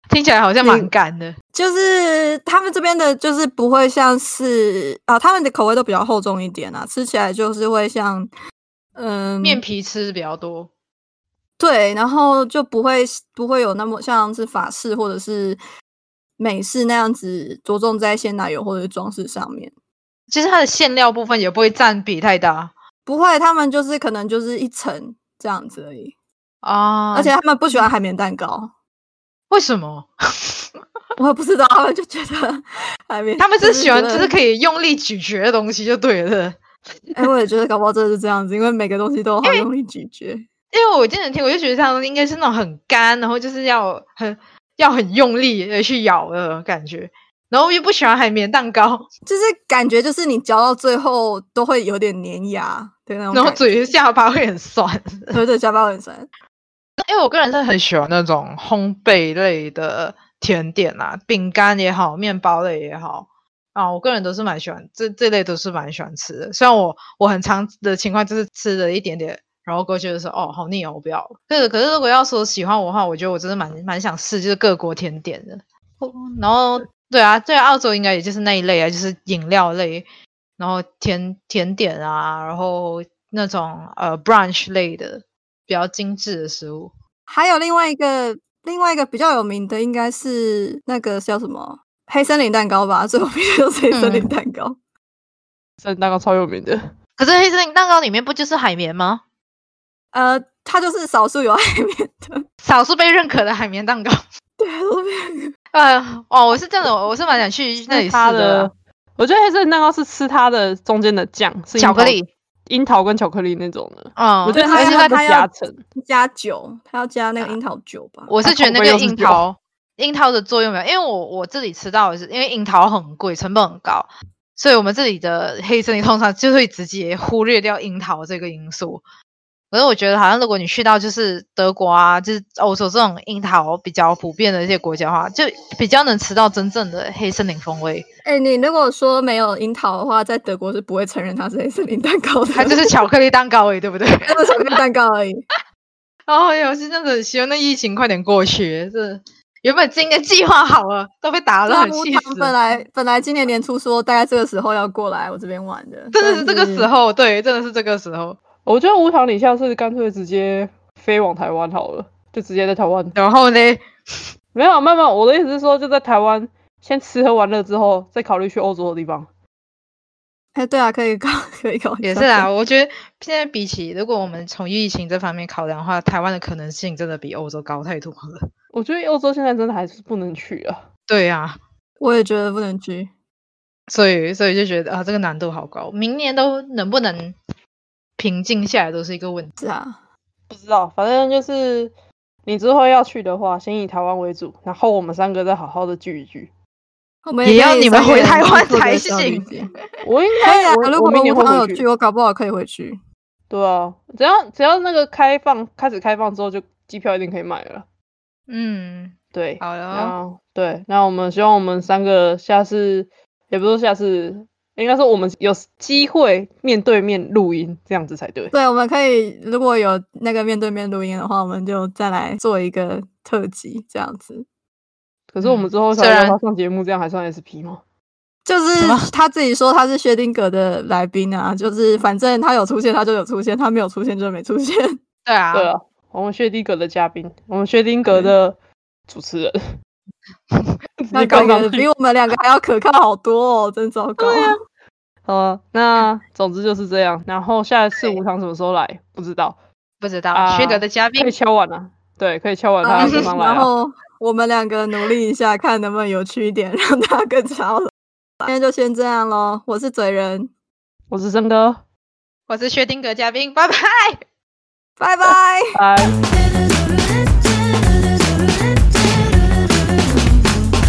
D: 听起来好像蛮嗯干的。
A: 就是他们这边的，就是不会像是啊，他们的口味都比较厚重一点啊，吃起来就是会像嗯
D: 面皮吃比较多，
A: 对，然后就不会不会有那么像是法式或者是美式那样子着重在鲜奶油或者是装饰上面。
D: 其实它的馅料部分也不会占比太大
A: 不会，他们就是可能就是一层这样子而已，
D: 啊。
A: 而且他们不喜欢海绵蛋糕，
D: 为什么
A: 我也不知道，他们就觉得海绵，
D: 他们
A: 就
D: 只喜欢
A: 觉
D: 就
A: 得
D: 是可以用力咀嚼的东西就对了？
A: 哎、我也觉得搞不好真的是这样子，因为每个东西都好容易咀嚼。
D: 因为我之前听，我就觉得他们应该是那种很干，然后就是要很要很用力的去咬的感觉，然后我又不喜欢海绵蛋糕，
A: 就是感觉就是你嚼到最后都会有点粘牙对那种
D: 然后
A: 感觉，
D: 嘴下巴会很酸。
A: 对对，下巴很酸。
D: 因为我个人是很喜欢那种烘焙类的甜点啦、饼干也好，面包类也好啊，我个人都是蛮喜欢这这类都是蛮喜欢吃的。虽然我我很常的情况就是吃了一点点，然后过去就说哦好腻哦，我不要了。可是可是如果要说喜欢我的话，我觉得我真的蛮蛮想试就是各国甜点的。哦然后对啊，对啊澳洲应该也就是那一类啊，就是饮料类，然后甜甜点啊，然后那种呃 brunch 类的比较精致的食物。
A: 还有另外一个另外一个比较有名的应该是那个叫什么黑森林蛋糕吧，最 有名的就是黑森林
D: 嗯
A: 蛋糕。
B: 这蛋糕超有名的，
D: 可是黑森林蛋糕里面不就是海绵吗？
A: 呃，它就是少数有海绵的，
D: 少数被认可的海绵蛋糕。
A: 对，啊都没有
D: 呃，哦，我是这样的，我是蛮想去那
B: 哎 是
D: 里试
B: 它
D: 的啊
B: 的。我觉得黑色蛋糕是吃它的中间的酱，是
D: 啦。
B: 樱
D: 巧克
B: 桃、
D: 力，
B: 樱桃跟巧克力那种的。
D: 嗯，
B: 我觉得
A: 它
B: 它
A: 要
B: 是它的
A: 它要
B: 夹层，
A: 加酒，它要加那个樱桃酒吧。
D: 我
B: 它
D: 是觉得那
B: 口味
D: 个
B: 又是
D: 樱
B: 酒
D: 桃，樱桃的作用没有，因为我我这里吃到的是，因为樱桃很贵，成本很高，所以我们这里的黑森林通常就会直接忽略掉樱桃这个因素。可是我觉得，好像如果你去到就是德国啊，就是欧洲这种樱桃比较普遍的一些国家的话，就比较能吃到真正的黑森林风味。
A: 哎、你如果说没有樱桃的话，在德国是不会承认它是黑森林蛋糕 的，
D: 它就是巧克力蛋糕而已，对 不对？
A: 它就是巧克力蛋糕而已。
D: 哦，有是真的很希望那疫情快点过去，是原本今年计划 好了，都被打
A: 对
D: 得
A: 啊
D: 很
A: 乌
D: 气
A: 堂
D: 死
A: 本
D: 了。
A: 来本来今年年初说大概这个时候要过来我这边玩的，
D: 真的
A: 但
D: 是这个时候，对，真的是这个时候。
B: 我觉得无糖底下是干脆直接飞往台湾好了，就直接在台湾。
D: 然 后呢，
B: 没有，慢慢，我的意思是说，就在台湾先吃喝玩乐之后，再考虑去欧洲的地方。
A: 哎，对啊，可以搞， 可以搞，
D: 也是 啊，，我觉得现在比起如果我们从疫情这方面考量的话，台湾的可能性真的比欧洲高太多了。
B: 我觉得欧洲现在真的还是不能去啊。
D: 对啊，
A: 我也觉得不能去。
D: 所以所以就觉得啊，这个难度好高，明年都能不能平静下来都是一个问题。
A: 是啊，
B: 不知道，反正就是你之后要去的话，先以台湾为主，然后我们三个再好好的聚一聚。
A: 我们
D: 也
A: 可
D: 要
A: 以
D: 你们
A: 三个
D: 回
A: 人
D: 台
A: 去
D: 湾
A: 做个
D: 才
A: 小旅
D: 行
A: 行
B: 我应
A: 可
B: 该，
A: 以啊，
B: 我
A: 如
B: 我
A: 果
B: 明年
A: 吴
B: 会
A: 堂有
B: 回
A: 去，
B: 去。
A: 我搞不好可以回去。
B: 对啊，只要只要那个开放开始开放之后，就机票一定可以买了。
D: 嗯，
B: 对，
D: 好了哦，
B: 啊，对，那我们希望我们三个下次，也不是说下次，应该说我们有机会面对面录音，这样子才对。
A: 对，我们可以如果有那个面对面录音的话，我们就再来做一个特辑，这样子。
B: 可是我们
D: 嗯
B: 之后才
D: 虽
B: 让
D: 然
B: 他上节目，这样还算 SP 吗？
A: 就是
D: 么
A: 他自己说他是薛定谔的来宾啊，就是反正他有出现他就有出现，他没有出现就没出 现。
D: 对啊，
B: 对啊，我们薛定谔的嘉宾，我们薛定谔的主持人，
A: 那
B: 你
A: 感
B: 刚
A: 觉
B: 刚
A: 比我们两个还要可靠好多哦，真糟糕。
B: 好啊，那总之就是这样。然后下一次无糖什么时候来？不知道，
D: 不知道、
B: 啊
D: 缺德的嘉宾
B: 可以敲碗啊。对，可以敲碗他就上
A: 嗯
B: 来
A: 然
B: 啊。
A: 后我们两个努力一下，看能不能有趣一点， 让他更超了。今天就先这样喽，我是嘴人，
B: 我是森哥，
D: 我是薛定谔嘉宾，拜拜。
A: 拜拜。
B: 拜。